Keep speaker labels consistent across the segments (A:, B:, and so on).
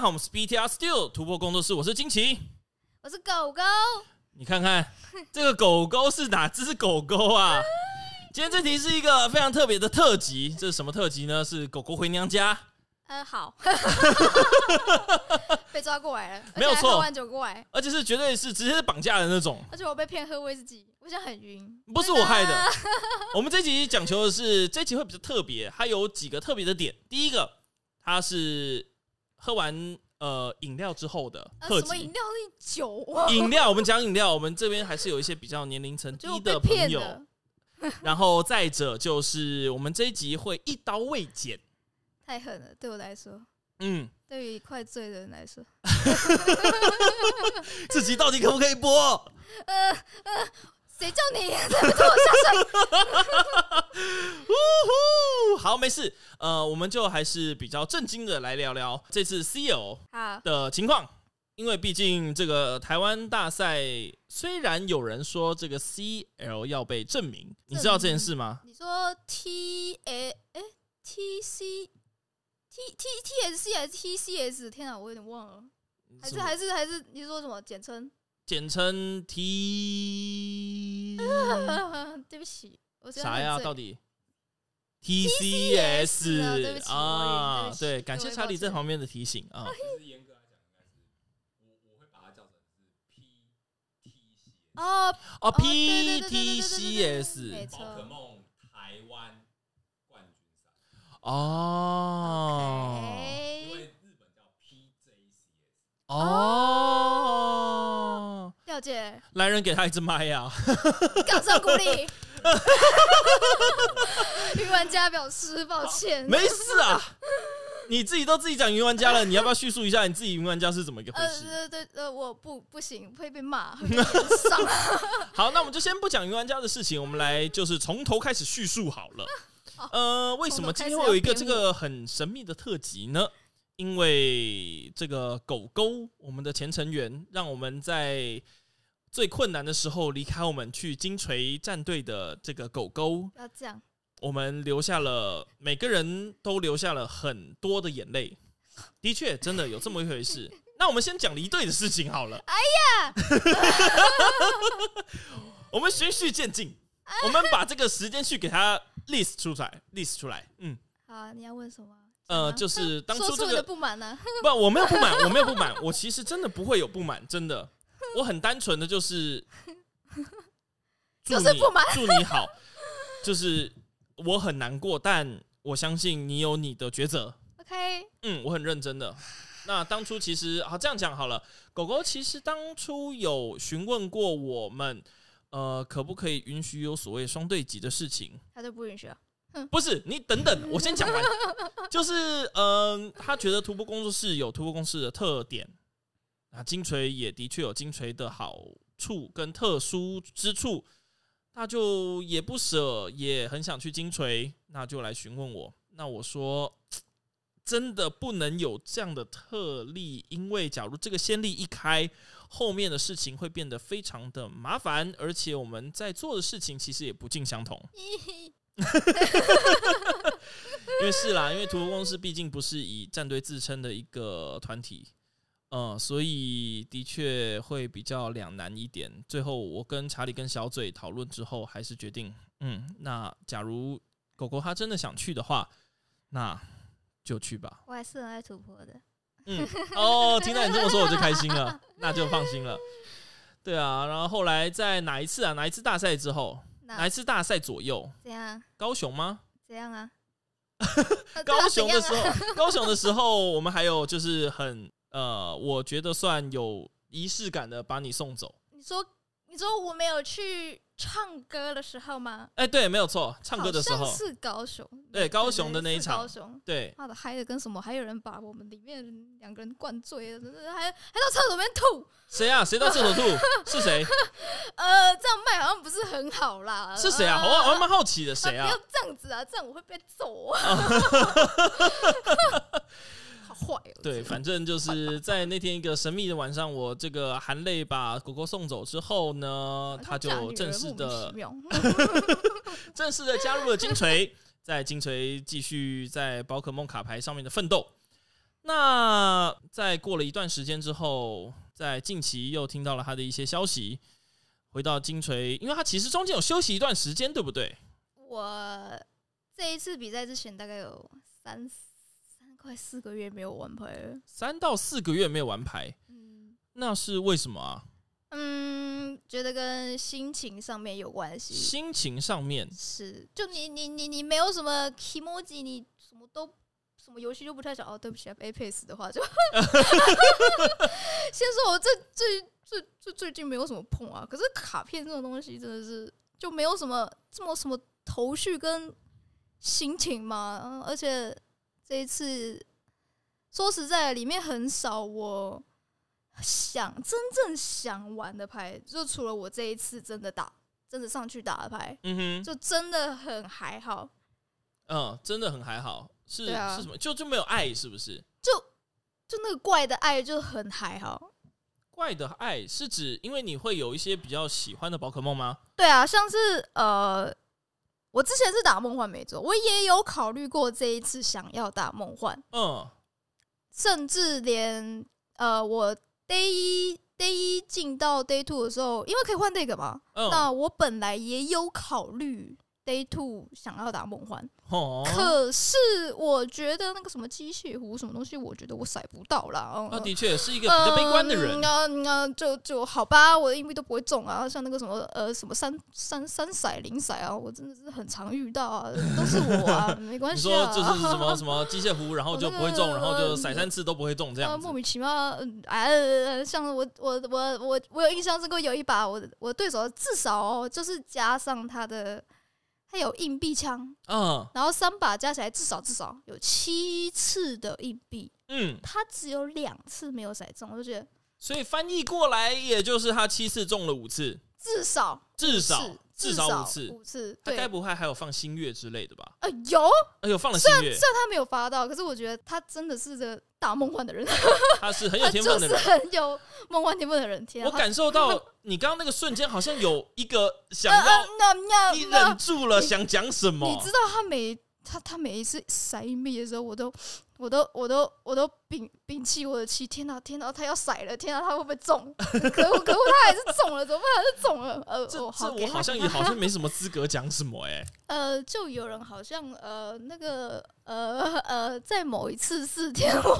A: 好，我们是 BTR Still 突破工作室，我是金奇。
B: 我是狗狗，
A: 你看 看这个狗狗是哪只狗狗啊？今天这题是一个非常特别的特辑，这是什么特辑呢？是狗狗回娘家。
B: 呃，好， 被抓过来了，而且
A: 没有
B: 还
A: 错
B: 喝完酒过来，
A: 而且是绝对是直接是绑架的那种，
B: 而且我被骗喝威士忌，我现在很晕。
A: 不是我害的。
B: 啊
A: 我们这集讲求的是这集会比较特别，它有几个特别的点。第一个，它是喝完呃饮料之后的
B: 呃，
A: 特
B: 什么
A: 辑。
B: 饮料是酒？我
A: 饮料，我们讲饮料，我们这边还是有一些比较年龄层
B: 觉得我
A: 低
B: 被
A: 的
B: 骗
A: 朋友。
B: 了，
A: 然后再者就是，我们这一集会一刀未剪。
B: 太狠了，对我来说，
A: 嗯，
B: 对于快醉的人来说，
A: 这集到底可不可以播？
B: 呃呃，谁叫 你再不拖我下水？
A: 呜呼！好，没事。呃，我们就还是比较正经的来聊聊这次 CEO
B: 好，
A: 的情况，因为毕竟这个台湾大赛，虽然有人说这个 CL 要被证明，你知道这件事吗？
B: 你说 T A 哎 T C T T T S C 还是 T C S？天啊，我有点忘了，还是
A: 什么
B: 还是还是你说什么简称？
A: 简称 T
B: 对不起，我真的
A: 啥
B: 很
A: 呀？
B: 醉
A: 到底
B: TCS 啊对不
A: TCS
B: 起我也对
A: 啊
B: 不？起
A: 对，
B: 各
A: 感谢
B: 位
A: 查理
B: 抱
A: 这
B: 歉
A: 方面的提醒啊。
C: 其实严格来讲，应该是我我会把它叫成是 P T 鞋
B: 哦，
A: 哦
B: 对对对对对对对对没
A: ，PTCS
B: 错
C: 宝可梦台湾冠军赛，
A: 哦
B: OK
C: 因为日本叫 PJCS，
A: 哦，
B: 廖姐，
A: 来人给他一支麦啊呀！
B: 掌声鼓 励。女玩家表示抱歉，
A: 没事啊，你自己都自己讲云玩家了，你要不要叙述一下你自己云玩家是怎么一个回
B: 呃
A: 事？
B: 对对对呃，我不不行，会被骂，会 被上。
A: 好，那我们就先不讲云玩家的事情，我们来就是从头开始叙述好了。呃，为什么今天会有一个这个很神秘的特辑呢？因为这个狗狗，我们的前成员，让我们在最困难的时候离开我们去金锤战队的这个狗狗，
B: 不要这样，
A: 我们留下了每个人都留下了很多的眼泪。的确，真的有这么一回 事。那我们先讲离队的事情好了。哎呀， 我们循序渐进，我们把这个时间序给它 list 出来，list 出来。嗯，
B: 好，你要问什么？
A: 呃，
B: 讲
A: 就
B: 啊
A: 是当初
B: 说出
A: 这
B: 你
A: 个
B: 的不满呢？
A: 不，我没有不满，我没有不满，我其实真的不会有不满，真的，我很单纯的就是祝
B: 就
A: 你
B: 是不满
A: 祝你好，就是我很难过，但我相信你有你的抉择，
B: OK，
A: 嗯，我很认真的。那当初其实好这样讲好了，狗狗其实当初有询问过我们，呃，可不可以允许有所谓双对级的事情？
B: 他就不允许了。
A: 不是你等等，我先讲完。就是嗯、他觉得突破工作室有突破公司的特点，啊，金锤也的确有金锤的好处跟特殊之处，他就也不舍，也很想去金锤，那就来询问我。那我说，嘖真的不能有这样的特例，因为假如这个先例一开，后面的事情会变得非常的麻烦，而且我们在做的事情其实也不尽相同。因为是啦，因为图博公司毕竟不是以战队自称的一个团体，嗯，所以的确会比较两难一点。最后，我跟查理跟小嘴讨论之后，还是决定，嗯，那假如狗狗它真的想去的话，那就去吧。
B: 我还是很爱突破的。
A: 嗯，哦，听到你这么说我就开心了，那就放心了。对啊，然后后来在哪一次啊？哪一次大赛之后？哪
B: 那
A: 一次大赛左右？
B: 怎样？
A: 高雄吗？
B: 怎 样啊？呃对啊
A: 高雄的时
B: 怎样啊
A: 候，高雄的时候，我们还有就是很呃，我觉得算有仪式感的把你送走。
B: 你说你说我没有去唱歌的时候吗？
A: 哎、对，没有错，唱歌的时
B: 好
A: 候
B: 像，是高雄，
A: 对高雄的那一
B: 是
A: 场
B: 高雄。
A: 对，
B: 妈的，嗨的跟什么？还有人把我们里面两个人灌醉了，真的还还到厕所里面吐。
A: 谁啊？谁到厕所 吐？是谁？
B: 呃，这样卖好像不是很好啦。
A: 是谁啊？
B: 呃
A: 我我还蛮好奇的，谁
B: 不
A: 啊
B: 要？这样子啊，这样我会被揍啊！ 好坏哦。
A: 对，反正就是在那天一个神秘的晚上，我这个含泪把狗狗送走之后呢，他就正式的正式的 加入了金锤，在金锤继续在宝可梦卡牌上面的奋斗。那在过了一段时间之后，在近期又听到了他的一些消息，回到金锤，因为他其实中间有休息一段时间，对不对？
B: 我这一次比赛之前大概有三三快四个月没有玩牌了。
A: 三到四个月没有玩牌，
B: 嗯
A: 那是为什么啊？
B: 嗯，觉得跟心情上面有关系。
A: 心情上面
B: 是，就你你你你没有什么 emoji，你什么都什么游戏都不太想。哦，对不起啊，Apex 的话就，先说我这最最最最近没有什么碰啊，可是卡片这种东西真的是就没有什么这么什么头绪跟心情嘛，嗯而且这一次说实在，里面很少我。想真正想玩的牌，就除了我这一次真的打，真的上去打的牌，
A: 嗯哼，
B: 就真的很还好。
A: 嗯，真的很还好，是、
B: 对啊
A: 是什么？就就没有爱，是不是？
B: 就那个怪的爱就很还好。
A: 怪的爱是指因为你会有一些比较喜欢的宝可梦吗？
B: 对啊，像是呃，我之前是打梦幻没做，我也有考虑过这一次想要打梦幻，
A: 嗯
B: 甚至连呃，我 day 一 day 一进到 day two 的时候，因为可以换 deck 嘛，
A: 嗯，
B: 那我本来也有考虑 day two 想要打梦幻，
A: 哦，
B: 可是我觉得那个什么机械湖什么东西，我觉得我甩不到啦。嗯
A: 那
B: 嗯
A: 哦的确是一个比较悲观的人
B: 嗯，那、嗯那就就好吧，我的硬币都不会中啊，像那个什么呃什么三三三骰零骰啊，我真的是很常遇到 啊，都是我啊，没关
A: 你
B: 系
A: 说
B: 啊。
A: 就是什 么什么机械湖，然后就不会中，
B: 我
A: 然
B: 那个
A: 后就甩三次都不会中这
B: 呃，
A: 样子
B: 莫。名其妙，嗯哎、呃，像我我我我我有印象，这个有一把我的我对手至少、哦、就是加上他的，他有硬币枪，
A: 嗯
B: 然后三把加起来至少至少有七次的硬币，
A: 嗯，
B: 他只有两次没有骰中，我就觉得
A: 所以翻译过来也就是他七次中了五次，
B: 至少
A: 至
B: 至
A: 少至
B: 至
A: 少
B: 少
A: 五次。
B: 五次，
A: 他
B: 对，
A: 该不会还有放星月之类的吧？
B: 呃，有，
A: 哎呦，放了星月，
B: 但他没有发到，可是我觉得他真的是个大梦幻的人，
A: 他是很有
B: 他
A: 天
B: 就
A: 分的
B: 是
A: 人。
B: 很有梦幻天分的人。天啊，
A: 我感受到你刚刚那个瞬间，好像有一个想
B: 呃
A: 要
B: 呃那那
A: 你
B: 那
A: 忍住了，
B: 你
A: 想讲什么？
B: 你知道他每他他每一次甩硬币的时候，我都我都我都我都屏屏气我的气，天哪啊天哪，他要甩了，天哪啊他会不会中？ 可恶可恶，他还是中了，怎么办？他是中了，呃，
A: 这
B: 哦
A: 这
B: 好，给
A: 我
B: 他
A: 好像
B: 给
A: 也
B: 他
A: 好像没什么资格讲什么 哎、
B: 呃，就有人好像呃那个呃呃，在某一次四天王，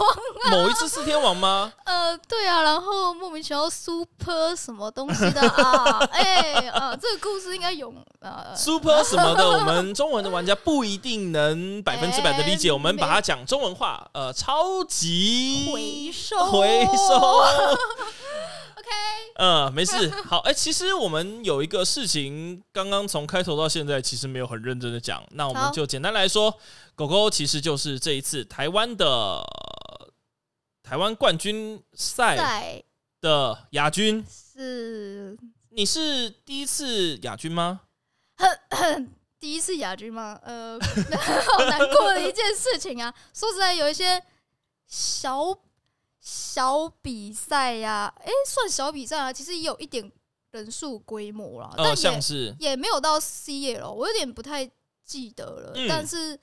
A: 某一次四天王吗？
B: 呃对啊，然后莫名其妙 super 什么东西的啊，哎、呃，这个故事应该有呃
A: Super 什么的，我们中文的玩家不一定 能百分之百的理解，
B: 哎
A: 我们把它讲中文化，呃，超级
B: 回收
A: 回收，
B: ，OK，
A: 呃，没事，好，哎、其实我们有一个事情，刚刚从开头到现在其实没有很认真的讲，那我们
B: 好
A: 就简单来说，狗狗其实就是这一次台湾的呃台湾冠军赛
B: 在
A: 的亚军，
B: 是
A: 你是第一次亚军吗？
B: 第一次亚军吗？呃，好难过的一件事情啊。说实在，有一些小小比赛呀、诶，算小比赛啊，其实也有一点人数规模啦，
A: 呃，
B: 哦但
A: 像
B: 也
A: 是
B: 也没有到 CL，我有点不太记得了。
A: 嗯
B: 但是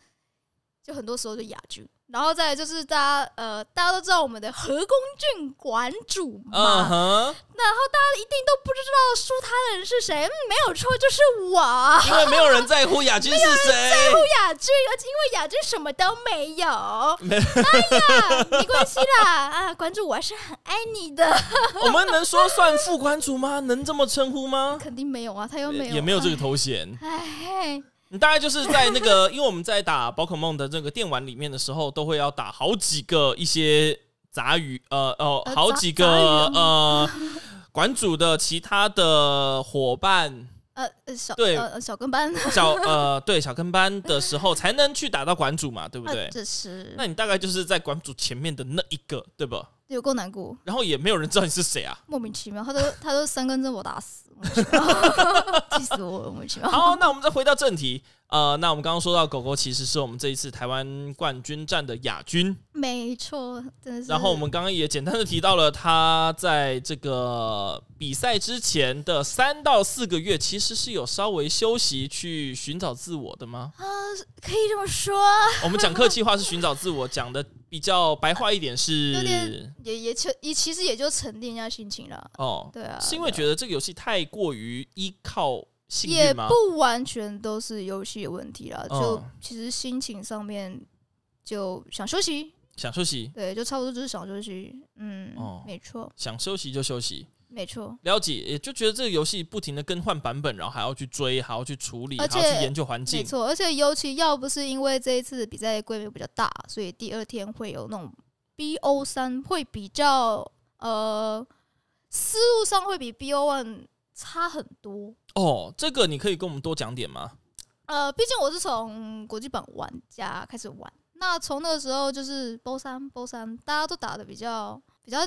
B: 就很多时候就亚军，然后再来就是大家呃，大家都知道我们的和宫郡馆主嘛，
A: 嗯哼。
B: 然后大家一定都不知道输他的人是谁，嗯没有错，就是我。
A: 因为没有人在乎亚军 是谁。
B: 亚军，而且因为亚军什么都没 有。哎呀，没关系啦，啊，关注我是很爱你的。
A: 我们能说算副馆主吗？能这么称呼吗？
B: 肯定没有啊，他又没有，
A: 也没有这个。头衔。
B: 哎，
A: 你大概就是在那个， 因为我们在打宝可梦的这个电玩里面的时候，都会要打好几个一些杂鱼，呃哦，
B: 呃
A: 好几
B: 杂
A: 个
B: 杂鱼
A: 呃 馆主的其他的伙伴。
B: 呃呃，小
A: 对
B: 呃呃小跟班，
A: 小 呃，对小跟班的时候才能去打到馆主嘛，对不对
B: 啊？这是
A: 那你大概就是在馆主前面的那一个，对吧？
B: 有够难过，
A: 然后也没有人知道你是谁啊。
B: 莫名其妙，他都他都三根针我打死，莫名其妙 气死我了，莫名其妙。
A: 好，那我们再回到正题。呃，那我们刚刚说到狗狗其实是我们这一次台湾冠军战的亚军，
B: 没错，真的是。
A: 然后我们刚刚也简单的提到了它在这个比赛之前的三到四个月其实是有稍微休息去寻找自我的吗
B: ？啊，可以这么说，
A: 我们讲客气话是寻找自我，讲的比较白话一点是
B: 有点也 也成也其实也就沉淀一下心情了。
A: 哦，
B: 对啊，
A: 是因为
B: 对啊
A: 觉得这个游戏太过于依靠幸
B: 啊也
A: 运吗？
B: 不完全都是游戏的问题啦，就
A: 嗯
B: 其实心情上面就想休息，
A: 想休息，
B: 对，就差不多就是想休息。嗯，
A: 哦
B: 没错，
A: 想休息就休息。
B: 没错。
A: 了解，也就觉得这个游戏不停的更换版本，然后还要去追，还要去处理，还
B: 而
A: 要
B: 且
A: 去研究环
B: 没
A: 境。
B: 错，而且尤其要不是因为这一次比赛规模比较大，所以第二天会有那种 BO 三会比较呃思路上会比 BO one 差很多。
A: 哦，这个你可以跟我们多讲点吗？
B: 呃，毕竟我是从国际版玩家开始玩，那从那个时候就是 BO 三 BO 三，大家都打的比较比较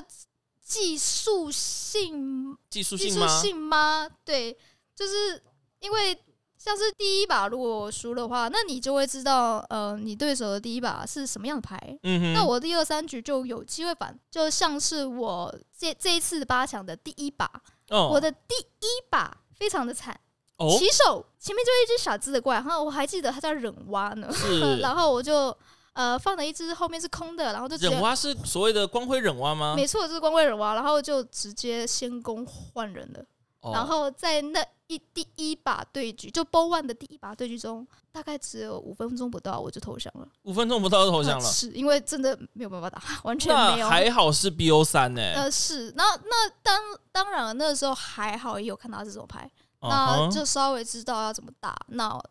B: 技术性
A: 技术
B: 技
A: 性
B: 术
A: 吗？
B: 性吗？对，就是因为像是第一把如果输的话，那你就会知道，呃，你对手的第一把是什么样的牌。
A: 嗯哼，
B: 那我第二三局就有机会反，就像是我这这一次八强的第一把，
A: 哦
B: 我的第一把非常的惨，
A: 哦
B: 起手前面就一只傻子的怪，然后我还记得他叫忍蛙呢，
A: 是
B: 然后我就呃放了一只后面是空的，然后就直接
A: 忍蛙是所谓的光辉忍蛙吗？
B: 没错就是光棍忍蛙，然后就直接先攻换人了。
A: 哦
B: 然后在那一第一把对局，就 BO One 的第一把对局中，大概只有五分钟不到，我就投降了。
A: 五分钟不到就投降了，
B: 是因为真的没有办法打， 完全没
A: 那
B: 有。
A: 还好是 BO 三欸呢。
B: 呃，是那那当当然了，那时候还好，也有看到这种牌，
A: 嗯
B: 那
A: 哼
B: 就稍微知道要怎么打。那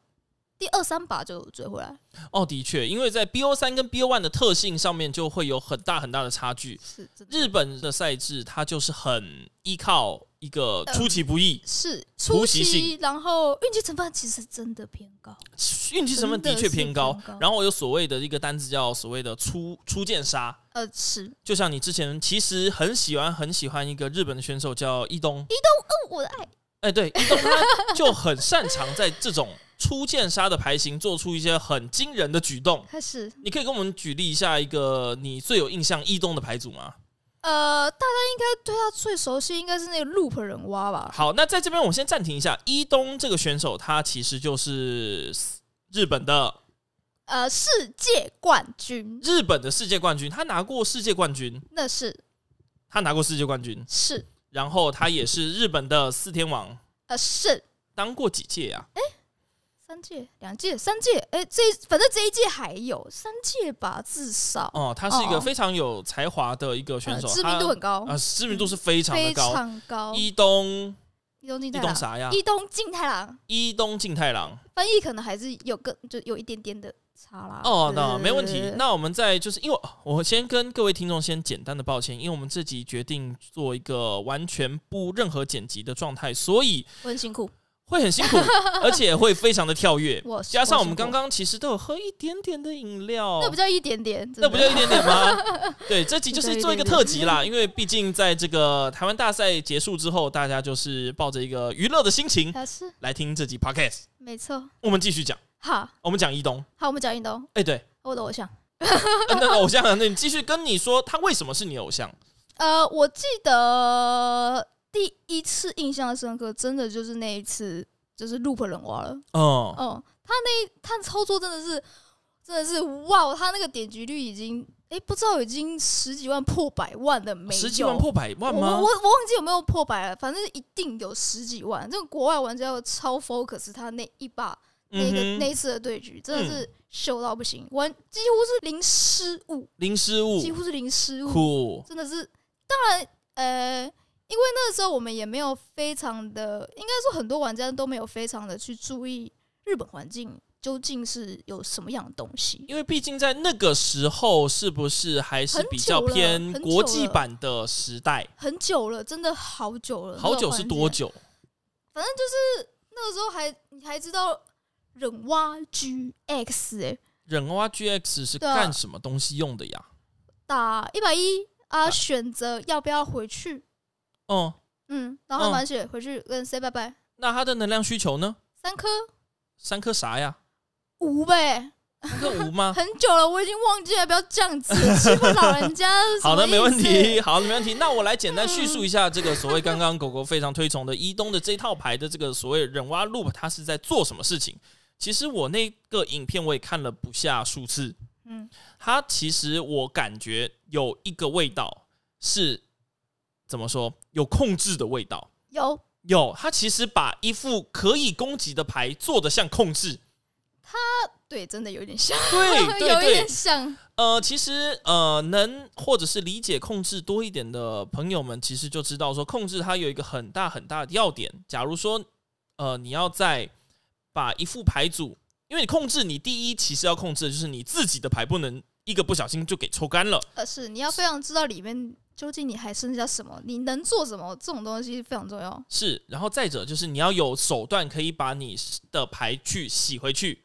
B: 第二三把就追回来，
A: 哦，的确，因为在 BO 三跟 BO one 的特性上面就会有很大很大的差距。
B: 是真的
A: 日本的赛制它就是很依靠一个
B: 呃
A: 出其不意，
B: 是
A: 突
B: 初
A: 袭
B: 期
A: 性，
B: 然后运气成分其实真的偏高，
A: 运气成分的确偏高
B: 真的是偏。高
A: 然后有所谓的一个单字叫所谓的初初见杀，
B: 呃，是
A: 就像你之前其实很喜欢很喜欢一个日本的选手叫伊东，
B: 哦，我的爱
A: 哎，对，伊东他就很擅长在这种初见杀的牌型做出一些很惊人的举动。
B: 开始
A: 你可以跟我们举例一下一个你最有印象伊东的牌组吗？
B: 呃，大家应该对他最熟悉应该是那个 Loop 人蛙吧？
A: 好，那在这边我先暂停一下。伊东这个选手，他其实就是日本的
B: 呃，世界冠军，
A: 日本的世界冠军，他拿过世界冠军，
B: 那是
A: 他拿过世界冠军，
B: 是
A: 然后他也是日本的四天王，
B: 呃是
A: 当过几届啊？
B: 三届、两届、三届，哎、这一反正这一届还有三届吧，至少、
A: 哦，他是一个
B: 哦
A: 非常有才华的一个选
B: 呃
A: 手，
B: 知名度很高，
A: 啊、知名度是非常的
B: 非
A: 高。
B: 常高。
A: 伊东，
B: 伊东进
A: 伊
B: 太
A: 东
B: 郎，
A: 啥呀？
B: 伊东进太郎
A: 伊东进太郎。
B: 翻译可能还是有个就有一点点的差啦。
A: 哦，
B: 对
A: 那没问
B: 对
A: 题
B: 对。对
A: 那我们再就是因为哦我先跟各位听众先简单的抱歉，因为我们这集决定做一个完全不任何剪辑的状态，所以
B: 我很辛苦，
A: 会很辛 苦，而且会非常的跳跃。
B: 我
A: 加上我们
B: 辛苦
A: 刚刚其实都有喝一点点的饮料，
B: 那不叫一点点，
A: 那不
B: 真
A: 就
B: 的
A: 一点点吗？ 对，这集就是做一个特辑啦，因为毕竟在这个台湾大赛结束之后，大家就是抱着一个娱乐的心 情
B: 还是
A: 来听这集 podcast。
B: 没错。
A: 我们继续讲，
B: 好
A: 我们讲一 东。
B: 好，我们讲运动，
A: 哎、对，
B: 我的偶像。
A: 呃那偶像啊，那你继续跟你说他为什么是你偶像？
B: 呃，我记得第一次印象深刻，真的就是那一次，就是 loop 人蛙了。
A: 哦，
B: 哦、他那他操作真的是，真的是哇！他那个点击率已经，诶，不知道已经十几万破百万的没有，
A: 呃十几万破百万吗
B: 我我我忘记有没有破百了，反正一定有十几万。这个国外玩家有超 focus 他那一把那
A: 嗯
B: 个、
A: 哼嗯
B: 那一次的对局，真的是秀到不行，完几乎是零失误，
A: 零失误
B: 几，乎是零失误。
A: 哦酷，
B: 真的是，当然，呃，因为那时候我们也没有非常的，应该说很多玩家都没有非常的去注意日本环境究竟是有什么样的东西。
A: 因为毕竟在那个时候，是不是还是比较
B: 很久了
A: 偏
B: 很久了
A: 国际版的时代？
B: 很久了，真的好久了，
A: 好久是多
B: 久？
A: 久？
B: 反正就是那个时候还你还知道忍蛙 GX 哎、
A: 忍蛙 GX 是
B: 对啊
A: 干什么东西用的呀？
B: 打一百一啊，
A: 啊
B: 选择要不要回去，
A: 哦，
B: 嗯，然
A: 嗯
B: 后满血回去跟 say 拜拜，
A: 那它的能量需求呢？
B: 三颗
A: 三颗啥呀？
B: 五呗。
A: 三颗无 吗？
B: 很久了，我已经忘记了，不要这样子欺负老人家。
A: 好的，
B: 什么意思
A: 没问题。。好的，没问题。那我来简单叙述一下这个所谓刚刚狗狗非常推崇的伊东的这套牌的这个所谓忍蛙 loop，它是在做什么事情？其实我那个影片我也看了不下数次，
B: 嗯
A: 它其实我感觉有一个味道是怎么说，有控制的味道。
B: 有
A: 有，它其实把一副可以攻击的牌做的像控 制，
B: 对，真的有点像，
A: 对对
B: 有一
A: 对
B: 点，像，
A: 呃，其实呃，能或者是理解控制多一点的朋友们，其实就知道说控制它有一个很大很大的要点。假如说呃，你要在把一副牌组，因为你控制，你第一其实要控制的就是你自己的牌不能一个不小心就给抽干了。
B: 呃，是你要非常知道里面究竟你还剩下什么，你能做什么，这种东西非常重要。
A: 是，然后再者就是你要有手段可以把你的牌去洗回去，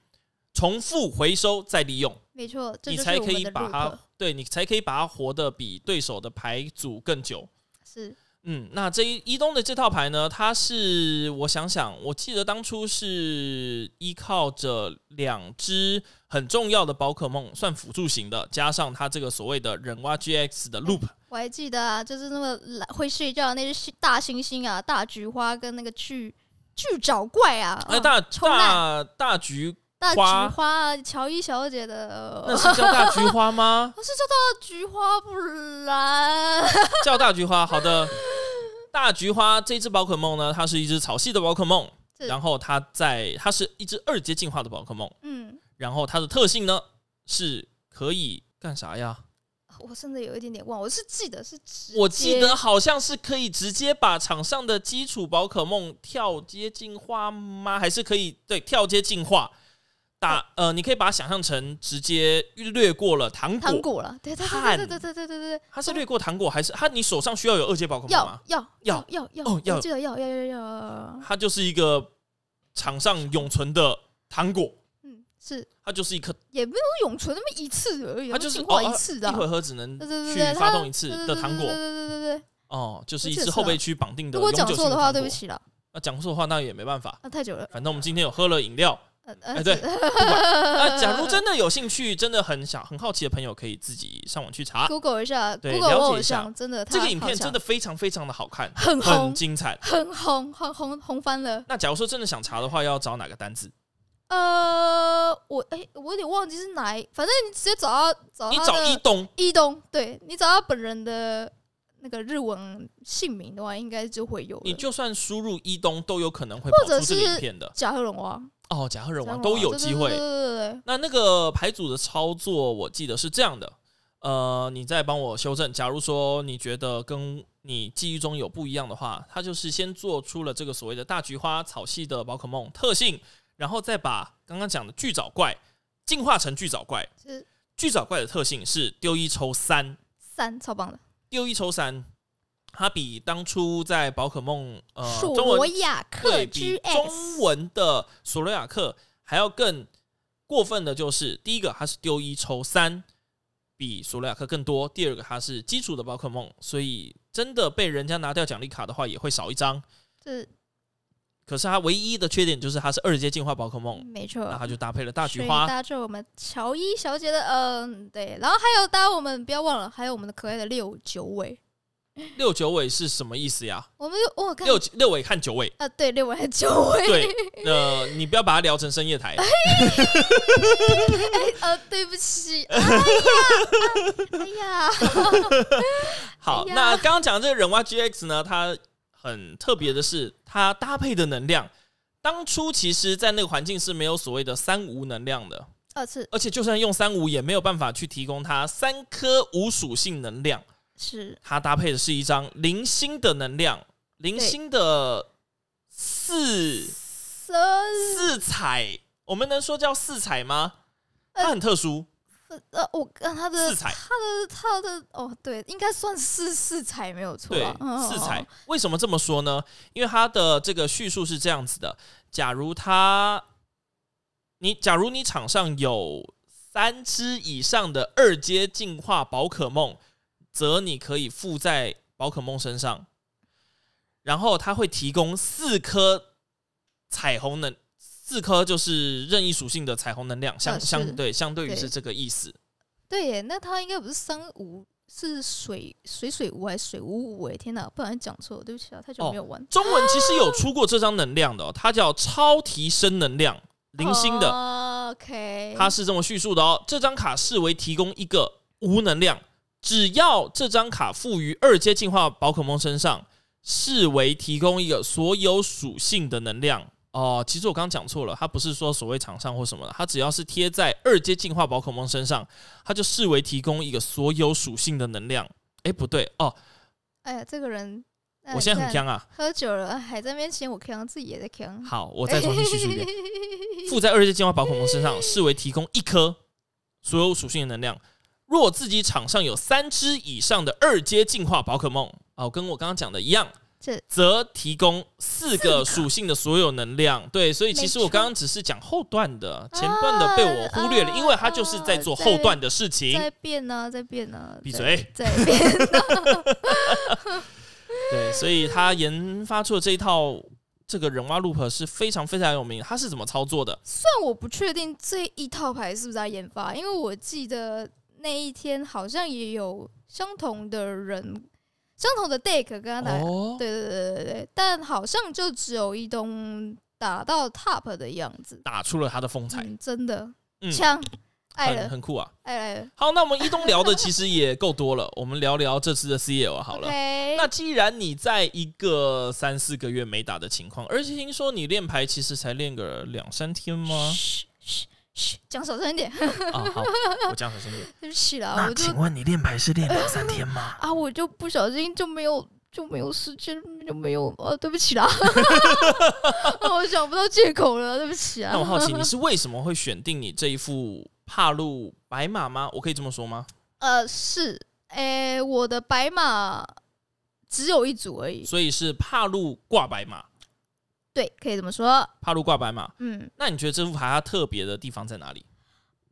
A: 重复回收再利用，
B: 没错，这
A: 你
B: 就
A: 才
B: 是我
A: 可
B: 们
A: 以
B: 的
A: 把
B: loop，
A: 它，对你才可以把它活得比对手的牌组更久。
B: 是
A: 嗯，那这一一东的这套牌呢，它是我想想，我记得当初是依靠着两只很重要的宝可梦，算辅助型的，加上它这个所谓的忍蛙 GX 的 loop，
B: 我还记得啊，就是那个懒会睡觉的那只大猩猩啊，大菊花跟那个巨巨爪怪啊，
A: 那、
B: 哦
A: 哎大
B: 冲浪
A: 大大菊
B: 大
A: 花
B: 菊花啊，乔伊小姐的，
A: 那是叫大菊花吗？
B: 我是叫她菊花不然，
A: 叫大菊花，好的。大菊花这只宝可梦呢，它是一只草系的宝可梦，
B: 是
A: 然后它在它是一只二阶进化的宝可梦，
B: 嗯，
A: 然后它的特性呢是可以干啥呀？
B: 我甚至有一点点忘，我是记得是直接
A: 我记得好像是可以直接把场上的基础宝可梦跳阶进化吗？还是可以对跳阶进化？打呃，你可以把它想象成直接略过了糖果，
B: 糖果了，对对
A: 汗
B: 对对对对对对对对，
A: 它是略过糖果，还是它你手上需要有二阶宝可梦
B: 要
A: 吗？
B: 要
A: 要
B: 要要
A: 啊哦要
B: 我记得要要要要要，
A: 它就是一个场上永存的糖果，
B: 嗯，是
A: 它就是一颗
B: 也没有永存那么一次而已，
A: 它就是
B: 进化
A: 哦
B: 一
A: 哦
B: 次
A: 一
B: 的啊，
A: 回合只能
B: 对对对
A: 去
B: 对，
A: 发
B: 它
A: 动一次
B: 对对
A: 的
B: 对
A: 糖果
B: 对对对对对，
A: 哦，就是一
B: 我记得
A: 只
B: 是
A: 后
B: 啊
A: 备区绑定的
B: 如果
A: 永久
B: 讲
A: 性
B: 错的话，
A: 糖
B: 对不
A: 果
B: 起了，
A: 那讲错的话，那也没办法。
B: 那太久了，
A: 反正我们今天有喝了饮料，
B: 呃
A: 哎
B: 呃，
A: 对
B: 是
A: 那假如真的有兴趣，真的很想很好奇的朋友，可以自己上网去查。
B: Google 一下
A: 啊对
B: ，Google 我
A: 了解
B: 偶
A: 一下
B: 像真的他
A: 这个影
B: 好
A: 片
B: 强
A: 真的非常非常的好看，
B: 很
A: 很
B: 红，
A: 精彩。
B: 很红，很红，红翻了。
A: 那假如说真的想查的话，要找哪个单字？
B: 呃，我哎、我有点忘记是哪一，反正你直接找到找
A: 你
B: 他
A: 找一
B: 的
A: 东，
B: 一东，对你找他本人的那个日文姓名的话，应该就会有
A: 你
B: 了。
A: 就算输入一东，都有可能会跑
B: 者
A: 出这个
B: 是
A: 影片的。
B: 加贺龙王，
A: 哦，甲贺人
B: 加贺
A: 王
B: 龙
A: 都有
B: 对
A: 机
B: 对
A: 会。
B: 对对对
A: 那那个牌组的操作，我记得是这样的。呃，你再帮我修正。假如说你觉得跟你记忆中有不一样的话，它就是先做出了这个所谓的大菊花草系的宝可梦特性，然后再把刚刚讲的巨藻怪进化成巨藻怪。
B: 对，是
A: 巨藻怪的特性是丢一抽三，
B: 三，超棒的。
A: 丢一抽三，它比当初在宝可梦呃
B: 索
A: 中文
B: 罗亚克
A: 对比
B: G
A: 中
B: X，
A: 文的索罗亚克还要更过分的就是，第一个它是丢一抽三，比索罗亚克更多；第二个它是基础的宝可梦，所以真的被人家拿掉奖励卡的话，也会少一张。
B: 是
A: 可是它唯一的缺点就是它是二阶进化宝可梦，
B: 没错。
A: 那它就搭配啊了大菊
B: 所以
A: 花。
B: 搭着我们乔伊小姐的，嗯，对，然后还有搭我们不要忘了，还有我们的可爱的六九尾，
A: 六九尾是什么意思呀？
B: 我们有我看
A: 六六尾看九尾，
B: 啊，对，六尾还有九 尾，
A: 对，呃，你不要把它聊成深夜台。
B: 呃，对不起，哎呀，哎呀，
A: 好，
B: 哎呀
A: 那刚刚讲的这个忍蛙 GX 呢，它很特别的是，它搭配的能量，当初其实在那个环境是没有所谓的三无能量的，
B: 二次
A: 而且就算用三无也没有办法去提供它三颗无属性能量，
B: 是
A: 它搭配的是一张零星的能量，零星的四
B: 三
A: 四彩，我们能说叫四彩吗？
B: 呃
A: 它很特殊，
B: 呃，我看他的
A: 四彩
B: 他的他的哦，对，应该算是四彩没有错
A: 对
B: 啊，嗯，
A: 四
B: 哦
A: 彩。为什么这么说呢？因为它的这个叙述是这样子的：假如它，你假如你场上有三只以上的二阶进化宝可梦，则你可以附在宝可梦身上，然后它会提供四颗彩虹能。四颗就是任意属性的彩虹能量，相
B: 呃是
A: 相对相对于
B: 对
A: 是这个意思。
B: 对耶，那他应该不是三五，是水水水无还是水无五？哎，天哪，不然讲错了，对不起啊，太久
A: 哦
B: 没有玩。
A: 中文其实有出过这张能量的、哦，它叫超提升能量，零星的。
B: 哦 OK，
A: 他是这么叙述的哦：这张卡视为提供一个无能量，只要这张卡赋予二阶进化宝可梦身上，视为提供一个所有属性的能量。哦，其实我刚讲错了，它不是说所谓场上或什么的，它只要是贴在二阶进化宝可梦身上，它就视为提供一个所有属性的能量。哎，不对哦，
B: 哎呀，这个人，哎
A: 我现在很
B: 看
A: 僵啊。
B: 喝酒了还在那边嫌我强，自己也在强。
A: 好，我再重新叙述一遍。 附在二阶进化宝可梦身上，视为提供一颗所有属性的能量。若自己场上有三只以上的二阶进化宝可梦，哦，跟我刚刚讲的一样
B: 这，
A: 则提供四个属性的所有能量。对，所以其实
B: 没错
A: 我刚刚只是讲后段的，前段的被我忽略了，
B: 啊
A: 因为它就是在做后段的事情。
B: 在变呢，在变呢，
A: 闭
B: 在
A: 嘴，
B: 在变。
A: 对，所以他研发出的这一套这个人蛙 loop 是非常非常有名的。它是怎么操作的？
B: 但我不确定这一套牌是不是在研发，因为我记得那一天好像也有相同的人、相同的 deck 跟他打，
A: 哦，
B: 对对对对对，但好像就只有一东打到 top 的样子，
A: 打出了他的风采，
B: 嗯，真的
A: 嗯，
B: 枪、爱
A: 很
B: 了，
A: 很酷啊！
B: 爱了，爱了，
A: 好，那我们一东聊的其实也够多了，我们聊聊这次的 CL 好了。
B: OK，
A: 那既然你在一个三四个月没打的情况，而且听说你练牌其实才练个两三天吗？
B: 嘘嘘嘘，讲小声一点，
A: 啊，好，我讲小声点。
B: 对不起啦，我就
A: 问你练牌是练两三天吗？
B: 啊，我就不小心就没有就没有时间，就没有呃、对不起啦， 啊我想不到借口了，对不起啊
A: 那。我好奇你是为什么会选定你这一副帕路白马吗？我可以这么说吗？
B: 呃，是，诶、我的白马只有一组而已，
A: 所以是帕路挂白马，
B: 对，可以这么说。
A: 帕路挂白马。
B: 嗯，
A: 那你觉得这副牌它特别的地方在哪里？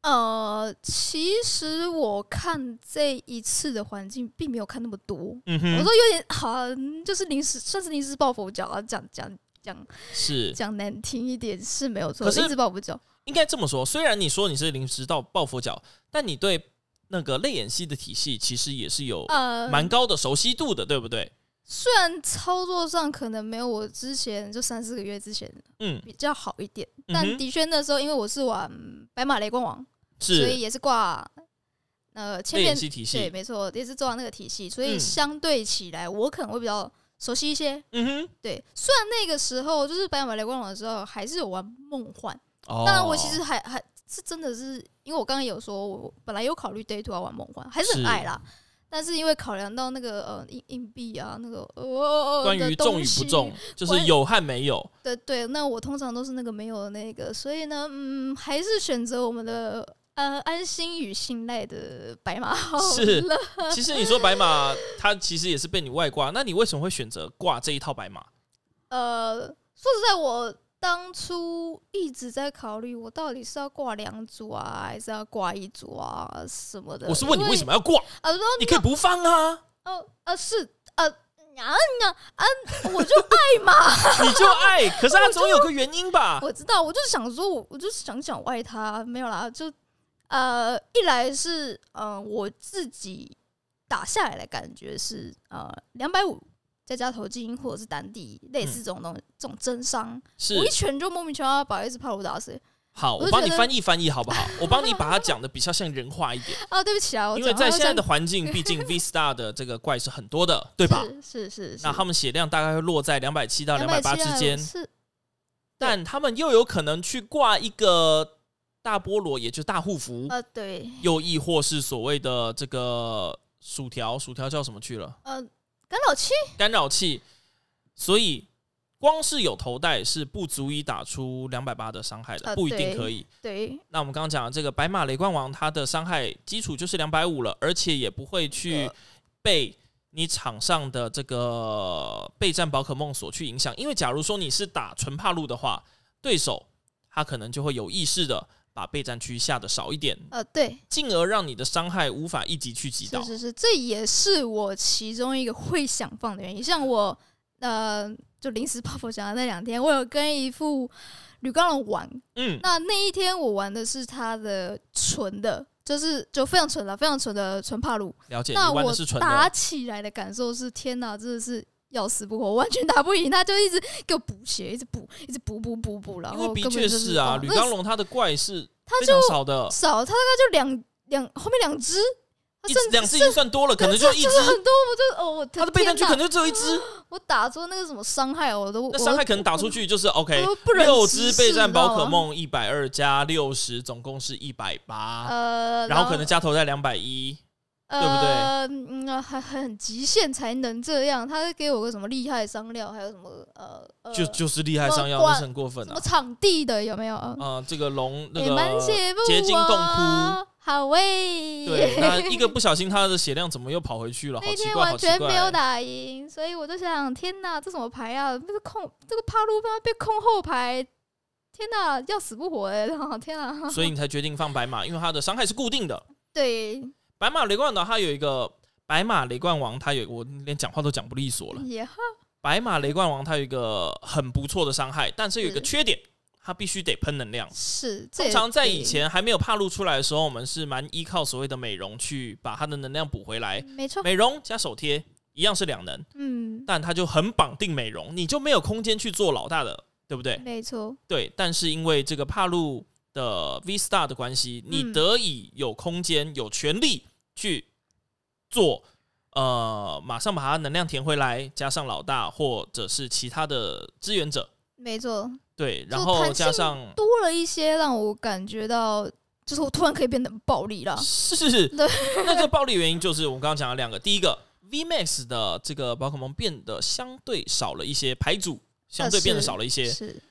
B: 呃，其实我看这一次的环境并没有看那么多，
A: 嗯哼，
B: 我说有点好、就是临时算是临时抱佛脚啊，讲讲讲
A: 是
B: 讲难听一点是没有错，
A: 可是
B: 临时抱佛脚。
A: 应该这么说，虽然你说你是临时到抱佛脚，但你对那个泪眼系的体系其实也是有
B: 呃，
A: 蛮高的熟悉度的，对不对？
B: 虽然操作上可能没有我之前就三四个月之前
A: 嗯，
B: 比较好一点，
A: 嗯
B: 但
A: 哼
B: 的确那时候因为我是玩白马雷光王，所以
A: 是
B: 也是挂呃千
A: 泪眼
B: 面
A: 系体
B: 对，
A: 系。
B: 没错，也是做到那个体系，所以
A: 嗯
B: 相对起来我可能会比较熟悉一些。
A: 嗯哼，
B: 对，虽然那个时候就是白马雷光王的时候还是有玩梦幻，
A: 哦
B: 当然我其实还还是真的是因为我刚刚有说我本来有考虑 day two 要玩梦幻，还是很
A: 是
B: 爱啦。但是因为考量到那个呃硬硬币啊，那个呃呃
A: 关于中与不中，，就是有和没 有，
B: 对对，那我通常都是那个没有的那个，所以呢，嗯，还是选择我们的呃安心与信赖的白马好
A: 是
B: 哦了。
A: 其实你说白马，它其实也是被你外挂，那你为什么会选择挂这一套白马？
B: 呃，说实在，我当初一直在考虑，我到底是要挂两组啊，还是要挂一组啊什么的。
A: 我是问你为什
B: 么？
A: 么要挂？
B: 啊，然后
A: 你可以不放啊，
B: 哦呃是呃啊啊啊，我就爱嘛，
A: 你就爱，可是它总有个原因吧？
B: 我知道，我就是想说我，我就是想讲我爱他，没有啦，就呃，一来是嗯、呃我自己打下来的感觉是呃两百五。再加头巾或者是单地，类似这种东这种真伤，
A: 嗯是
B: 我一拳就莫名其妙把一只帕鲁打死。
A: 好，
B: 我就
A: 我帮
B: 觉
A: 你
B: 得
A: 翻译翻译好不好？我帮你把它 讲的比较像人话一点。
B: 啊，对不起啊，我
A: 因为
B: 讲
A: 在
B: 话会
A: 现在
B: 像
A: 的环 境，毕竟 V Star 的这个怪是很多的，对吧？
B: 是是是是，
A: 那他们血量大概会落在两百七到两百
B: 270
A: 八之间，
B: 是
A: 但他们又有可能去挂一个大菠萝，也就是大护符，
B: 呃对
A: 又亦或是所谓的这个薯条，薯条叫什么去了？
B: 呃干扰器
A: 干扰器。所以光是有头戴是不足以打出两百八的伤害的，
B: 呃
A: 不一定
B: 对
A: 可以。
B: 对
A: 那我们刚刚讲的这个白马雷冠王，它的伤害基础就是两百五了，而且也不会去
B: 呃
A: 被你场上的这个备战宝可梦所去影响。因为假如说你是打纯帕路的话，对手他可能就会有意识的把备战区下的少一点，
B: 呃对
A: 进而让你的伤害无法一击去击
B: 是
A: 倒。
B: 是是，这也是我其中一个会想放的原因。像我呃就临时泡泡讲的那两天，我有跟一副吕刚龙玩，
A: 嗯，
B: 那那一天我玩的是他的纯的。就是就非常纯了，非常纯的纯帕鲁。
A: 了解。你
B: 那
A: 玩
B: 我
A: 的是纯
B: 打
A: 的，
B: 起来的感受是，天哪，真的是要死不活，我完全打不赢他，就一直给我补血，一直补，一直补补补补，然
A: 因
B: 后
A: 为的
B: 根本
A: 确
B: 就是
A: 啊，
B: 哦
A: 吕
B: 那个
A: 刚龙他的怪是非常少的，
B: 少，它大概就两两后面两只，它
A: 一
B: 甚至
A: 两只已经算多了，可能就一只
B: 真，的很多，我就哦，我
A: 它的备战区可能就只有一只，
B: 我打出那个什么伤害，哦我都
A: 那伤害可能打出，去就是
B: 我
A: OK
B: 我。都不忍
A: 六
B: 直
A: 只
B: 视
A: 备战
B: 你知道
A: 宝可
B: 吗
A: 梦一百二加六十，总共是一百八，
B: 呃，
A: 然后可能加头在两百一，对不对
B: 呃，嗯，呃还还很极限才能这样。他给我个什么厉害伤料，还有什么呃呃，
A: 就就是厉害
B: 什么
A: 上药，
B: 管
A: 那是很过分
B: 什么
A: 啊！
B: 场地的有没有？嗯
A: 啊，这个龙那
B: 也蛮
A: 个
B: 邪不
A: 结晶洞窟
B: 啊，好喂、
A: 对，那一个不小心他的血量怎么又跑回去哦了？好
B: 那
A: 奇
B: 天
A: 怪，好
B: 完
A: 奇
B: 全没有
A: 怪。哦
B: 打赢，所以我就想，天哪，这什么牌啊？这个控，这个帕路巴被控后排，天哪，要死不活哎、欸！ 天哪，
A: 所以你才决定放白马，因为它的伤害是固定的。
B: 对，
A: 白马雷冠岛它有一个白马雷冠王，它有我连讲话都讲不利索了。
B: 也
A: 白马雷冠王它有一个很不错的伤害，但是有一个
B: 是
A: 缺点，它必须得喷能量。
B: 是。这
A: 通
B: 也
A: 常在
B: 对
A: 以，前还没有帕路出来的时候，我们是蛮依靠所谓的美容去把它的能量补回来。
B: 没错，
A: 美容加手贴一样是两能，
B: 嗯，
A: 但它就很绑定美容，你就没有空间去做老大的，对不对？
B: 没错，
A: 对，但是因为这个帕路的 V Star 的关系，你
B: 嗯
A: 得以有空间、有权利去做，呃，马上把它能量填回来，加上老大或者是其他的支援者，
B: 没错，
A: 对，
B: 就
A: 然后
B: 弹
A: 加
B: 性
A: 上
B: 多了一些让我感觉到，就是我突然可以变得很暴力了。
A: 是，
B: 啊 对
A: 那这暴力原因就是我们刚刚讲了两个，第一个 V Max 的这个宝可梦变得相对少了一些牌组，相对变得
B: 是
A: 少了一些
B: 是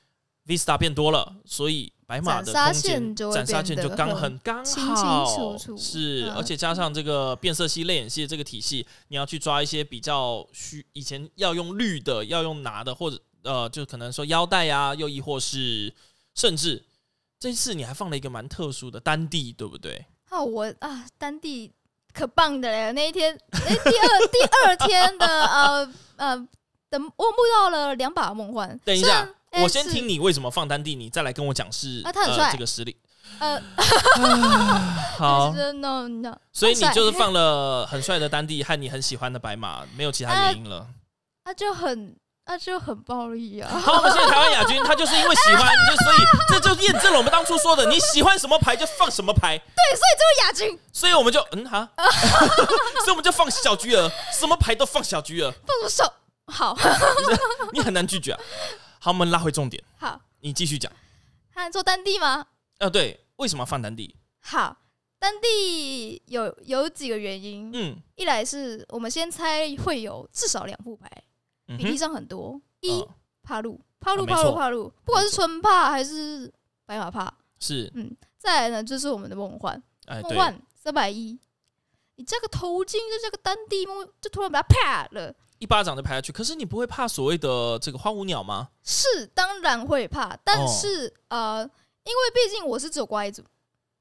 A: V Star 变多了，所以白马的
B: 斩杀
A: 空间
B: 线就会
A: 斩杀线就
B: 变得
A: 刚
B: 很
A: 很刚
B: 清清
A: 好，
B: 楚楚
A: 是，
B: 嗯
A: 而且加上这个变色系、泪眼系的这个体系，你要去抓一些比较需以前要用绿的，要用拿的，或者呃，就可能说腰带啊，又亦或是甚至这次你还放了一个蛮特殊的单地，对不对？
B: 啊，我啊，丹帝可棒的嘞！那一天，哎，第二第二天的呃呃，等我募到了两把梦幻。
A: 等一
B: 虽
A: 下
B: 然，哎
A: 我先
B: 是
A: 听你为什么放单地，你再来跟我讲是
B: 啊他很
A: 呃
B: 帅
A: 这个实力。
B: 呃，
A: 好 哦
B: 就，是 no no，
A: 所以你
B: 他很帅
A: 就是放了很帅的单地和你很喜欢的白马，没有其他原因了。
B: 他啊就很他就很暴 力啊！
A: 好，我们谢谢台湾亚军，他就是因为喜欢，就所以这就验证了我们当初说的，你喜欢什么牌就放什么牌，
B: 对亚军
A: 所以我们就嗯 哈，所以我们就放小菊儿，什么牌都放小菊儿，
B: 放我手，好
A: 你很难拒绝、啊。好，我们拉回重点，
B: 好，
A: 你继续讲。
B: 他能做丹帝吗？
A: 啊，对，为什么放单地？
B: 好，丹帝有有几个原因，
A: 嗯
B: 一来是我们先猜会有至少两副牌，
A: 嗯
B: 比例
A: 哼，
B: 上很多，一
A: 嗯
B: 帕路帕路
A: 啊没
B: 帕路
A: 错
B: 帕路，不管是纯帕还是白马帕，
A: 是
B: 嗯，再来呢就是我们的梦幻，
A: 哎，
B: 梦
A: 对，
B: 幻三百一，你加个头巾，再加个单地梦，就突然把它啪了。
A: 一巴掌就拍下去。可是你不会怕所谓的这个花无鸟吗？
B: 是，当然会怕，但
A: 哦
B: 是、呃，因为毕竟我是只有刮一组，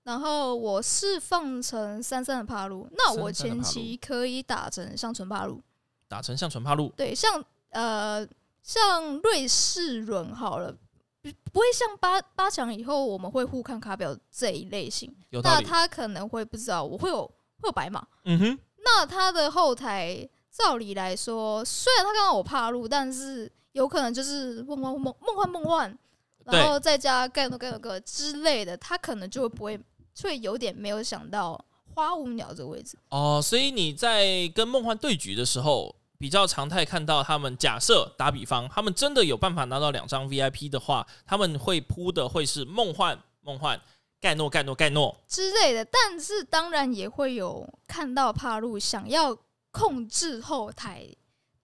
B: 然后我是放成三三的帕路，那我
A: 三三的
B: 前
A: 帕
B: 期可以打成像纯帕路，
A: 打成像纯帕路，
B: 对，像呃像瑞士轮好了。不不会像八八强以后我们会互看卡表这一类型，
A: 有道
B: 那
A: 理。
B: 啊他可能会不知道我会有会有白马，
A: 嗯哼，
B: 那他的后台照理来说，虽然他刚刚我怕路，但是有可能就是梦梦梦梦幻梦幻，
A: 对
B: 然后再加盖诺盖诺个之类的，他可能就会不会，就会有点没有想到花无鸟这个位置。
A: 哦，所以你在跟梦幻对局的时候，比较常态看到他们假设打比方，他们真的有办法拿到两张 VIP 的话，他们会铺的会是梦幻梦幻盖诺盖诺盖诺，
B: 之类的，但是当然也会有看到帕路想要控制后台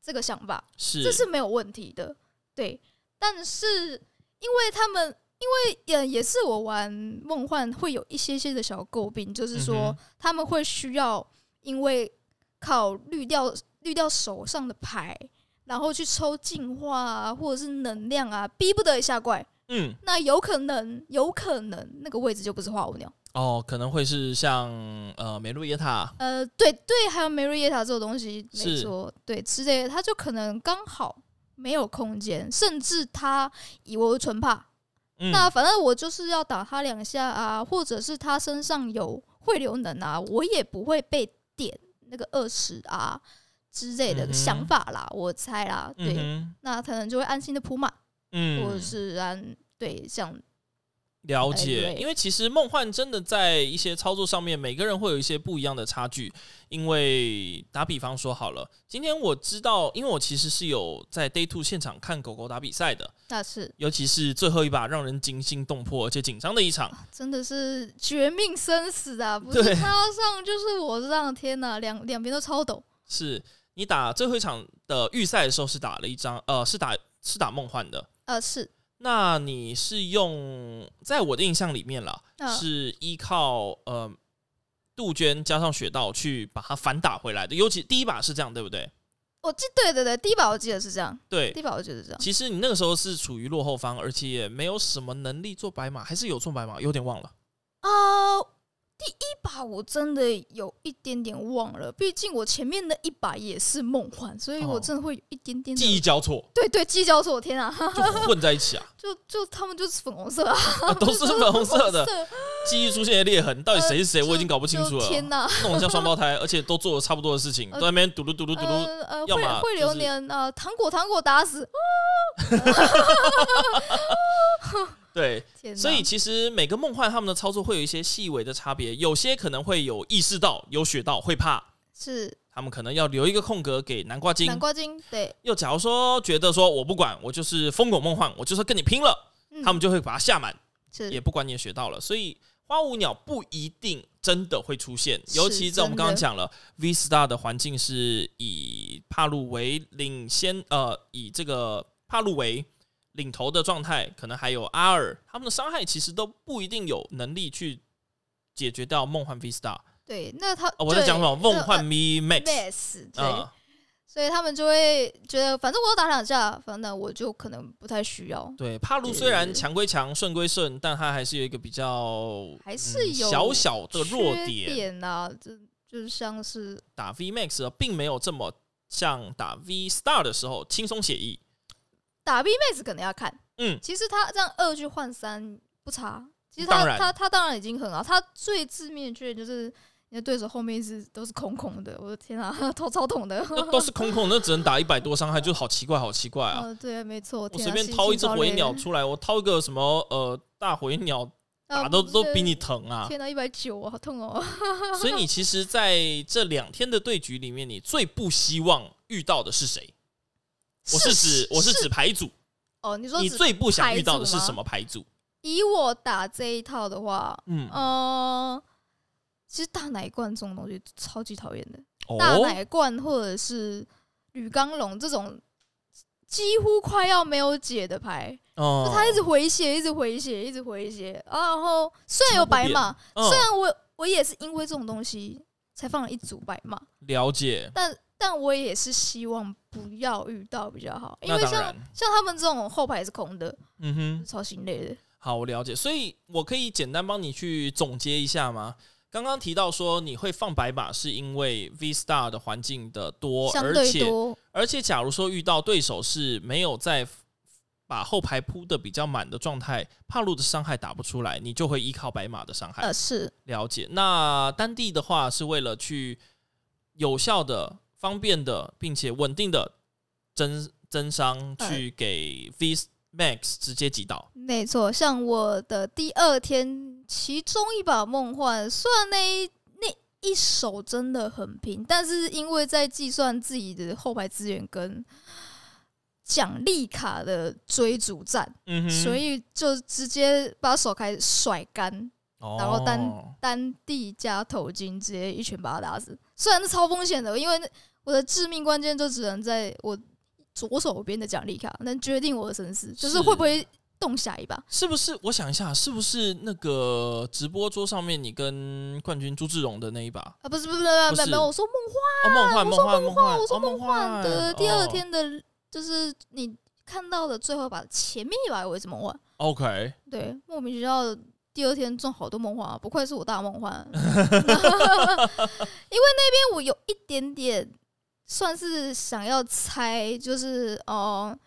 B: 这个想法，
A: 是
B: 这是没有问题的，对。但是因为他们，因为呃也也是我玩梦幻会有一些些的小诟病，就是说、
A: 嗯哼
B: 他们会需要因为考虑掉滤掉手上的牌，然后去抽进化啊，或者是能量啊，逼不得已下怪。
A: 嗯
B: 那有可能，有可能那个位置就不是花无鸟。
A: 哦，可能会是像呃梅露耶塔，
B: 呃，对对，还有梅瑞耶塔这种东西，没
A: 是
B: 错，对之类的，他就可能刚好没有空间，甚至他以为我纯怕，
A: 嗯，
B: 那反正我就是要打他两下啊，或者是他身上有汇流能啊，我也不会被点那个二十啊之类
A: 嗯
B: 的
A: 哼
B: 想法啦，我猜啦，对，
A: 嗯哼
B: 那可能就会安心的铺满，
A: 嗯
B: 或者是安对像
A: 了
D: 哎
A: 解
D: 对，
A: 因为其实梦幻真的在一些操作上面，每个人会有一些不一样的差距。因为打比方说好了，今天我知道，因为我其实是有在 Day Two 现场看狗狗打比赛的，
B: 那是
A: 尤其是最后一把让人惊心动魄而且紧张的一场。
B: 真的是绝命生死啊！不是
A: 对
B: 他上就是我上，天哪，两两边都超抖。
A: 是你打最后一场的预赛的时候是打了一张，呃，是打是打梦幻的。
B: 呃，是，
A: 那你是用，在我的印象里面啦，
B: 嗯
A: 是依靠呃杜鹃加上雪道去把它反打回来的。尤其第一把是这样，对不对？
B: 我记对对对，第一把我记得是这样，第
A: 对，
B: 一把我记得是这样。
A: 其实你那个时候是处于落后方，而且也没有什么能力做白马，还是有做白马，有点忘了。
B: 啊、第一把我真的有一点点忘了，毕竟我前面的一把也是梦幻，所以
A: 哦
B: 我真的会有一点点的
A: 记忆交错，
B: 对对，记忆交错，天啊，哈
A: 就混在一起啊，
B: 就就他们就是粉红色啊，
A: 啊都是粉红色 的，记忆出现的裂痕，到底谁是谁，
B: 就
A: 我已经搞不清楚
B: 就
A: 了。
B: 天哪，
A: 弄得像双胞胎，而且都做了差不多的事情，
B: 呃
A: 都在那边嘟噜嘟噜嘟噜。
B: 呃呃，
A: 要
B: 会
A: 么
B: 会
A: 就是
B: 流年呃，糖果糖果打死，
A: 对，
B: 天哪，
A: 所以其实每个梦幻他们的操作会有一些细微的差别，有些可能会有意识到有血到会怕，
B: 是
A: 他们可能要留一个空格给南瓜精
B: 南。瓜精，对，
A: 又假如说觉得说我不管，我就是疯狗梦幻，我就是要跟你拼了，
B: 嗯
A: 他们就会把它下满，也
B: 是
A: 不管你的血到了。所以花舞鸟不一定真的会出现，
B: 是
A: 尤其在我们
B: 真的
A: 刚刚讲了 V Star 的环境是以帕路为领先，呃，以这个帕路为领头的状态，可能还有阿尔，他们的伤害其实都不一定有能力去解决掉梦幻 V Star。
B: 对，那他
A: 哦、我在讲什么？梦幻 M
B: 迷
A: Max
B: s 对。
A: 啊、
B: 所以他们就会觉得，反正我要打两架，反正我就可能不太需要，
A: 对，帕路虽然强归强，顺归顺，但它还是有一个比较嗯
B: 还是有
A: 小小的弱
B: 缺
A: 点。
B: 点啊，这就是像是
A: 打 V Max 的并没有这么像打 V Star 的时候轻松写意。
B: 打 B Max 可能要看，
A: 嗯，
B: 其实他这样二去换三不差，其实
A: 当
B: 他
A: 然
B: 他他当然已经很好，他最致命的缺点就是你的对手后面一直都是空空的，我的天啊， 头超痛的。
A: 那都是空空，那只能打一百多伤害，就好奇怪，好奇怪啊！
B: 哦，对，没错，
A: 我
B: 天
A: 随
B: 啊
A: 便
B: 心
A: 掏一
B: 心
A: 只
B: 超
A: 回
B: 累
A: 鸟出来，我掏一个什么呃大回鸟，打都都比。你
B: 啊
A: 疼啊！
B: 哦天哪，一百九啊，好痛哦！
A: 所以你其实在这两天的对局里面，你最不希望遇到的是谁？我是指 我是指牌组，
B: 哦，你说
A: 你
B: 只
A: 最不想遇到的
B: 牌
A: 是
B: 组吗
A: 什么牌组？
B: 以我打这一套的话，
A: 嗯，
B: 嗯，其实大奶罐这种东西超级讨厌的，大
A: 哦，
B: 奶罐或者是铝钢龙这种几乎快要没有解的牌，就
A: 哦
B: 他一直回血，一直回血，一直回血。啊然后虽然有白马，
A: 嗯
B: 虽然我我也是因为这种东西才放了一组白马，
A: 了解，
B: 但但我也是希望不要遇到比较好，因
A: 那
B: 为
A: 当
B: 像
A: 然，
B: 像他们这种后排是空的，
A: 嗯哼，
B: 超心累的。
A: 好，我了解，所以我可以简单帮你去总结一下吗？刚刚提到说你会放白马，是因为 V Star 的环境的多，
B: 相
A: 而
B: 对
A: 且
B: 多，
A: 而且假如说遇到对手是没有在把后排铺的比较满的状态，帕路的伤害打不出来，你就会依靠白马的伤害。
B: 呃，是
A: 了解。那单地的话是为了去有效的、方便的，并且稳定的增增伤，
B: 呃
A: 去给 V Max 直接击倒。
B: 没错，像我的第二天，其中一把梦幻，虽然那一那一手真的很平，但是因为在计算自己的后排资源跟奖励卡的追逐战，
A: 嗯哼，
B: 所以就直接把手开始甩干，然后单
A: 哦
B: 单地加头巾，直接一拳把他打死。虽然是超风险的，因为那我的致命关键就只能在我左手边的奖励卡能决定我的生死，就是
A: 是
B: 会不会动下一把。
A: 是不是？我想一下，是不是那个直播桌上面你跟冠军朱志荣的那一把？
B: 啊，不是不是不
A: 不
B: 是不是
A: 是
B: 没有，我说梦
A: 哦，梦幻，
B: 啊我
A: 梦
B: 说
A: 幻，
B: 梦
A: 梦幻，
B: 我说
A: 哦梦
B: 幻的第二。
A: 哦
B: 天的，就是你看到的最后把前面一把我也是梦幻，
A: OK，
B: 对，莫名其妙的第二天中好多梦幻啊，不愧是我大梦幻， 因为那边我有一点点算是想要猜，就是哦、呃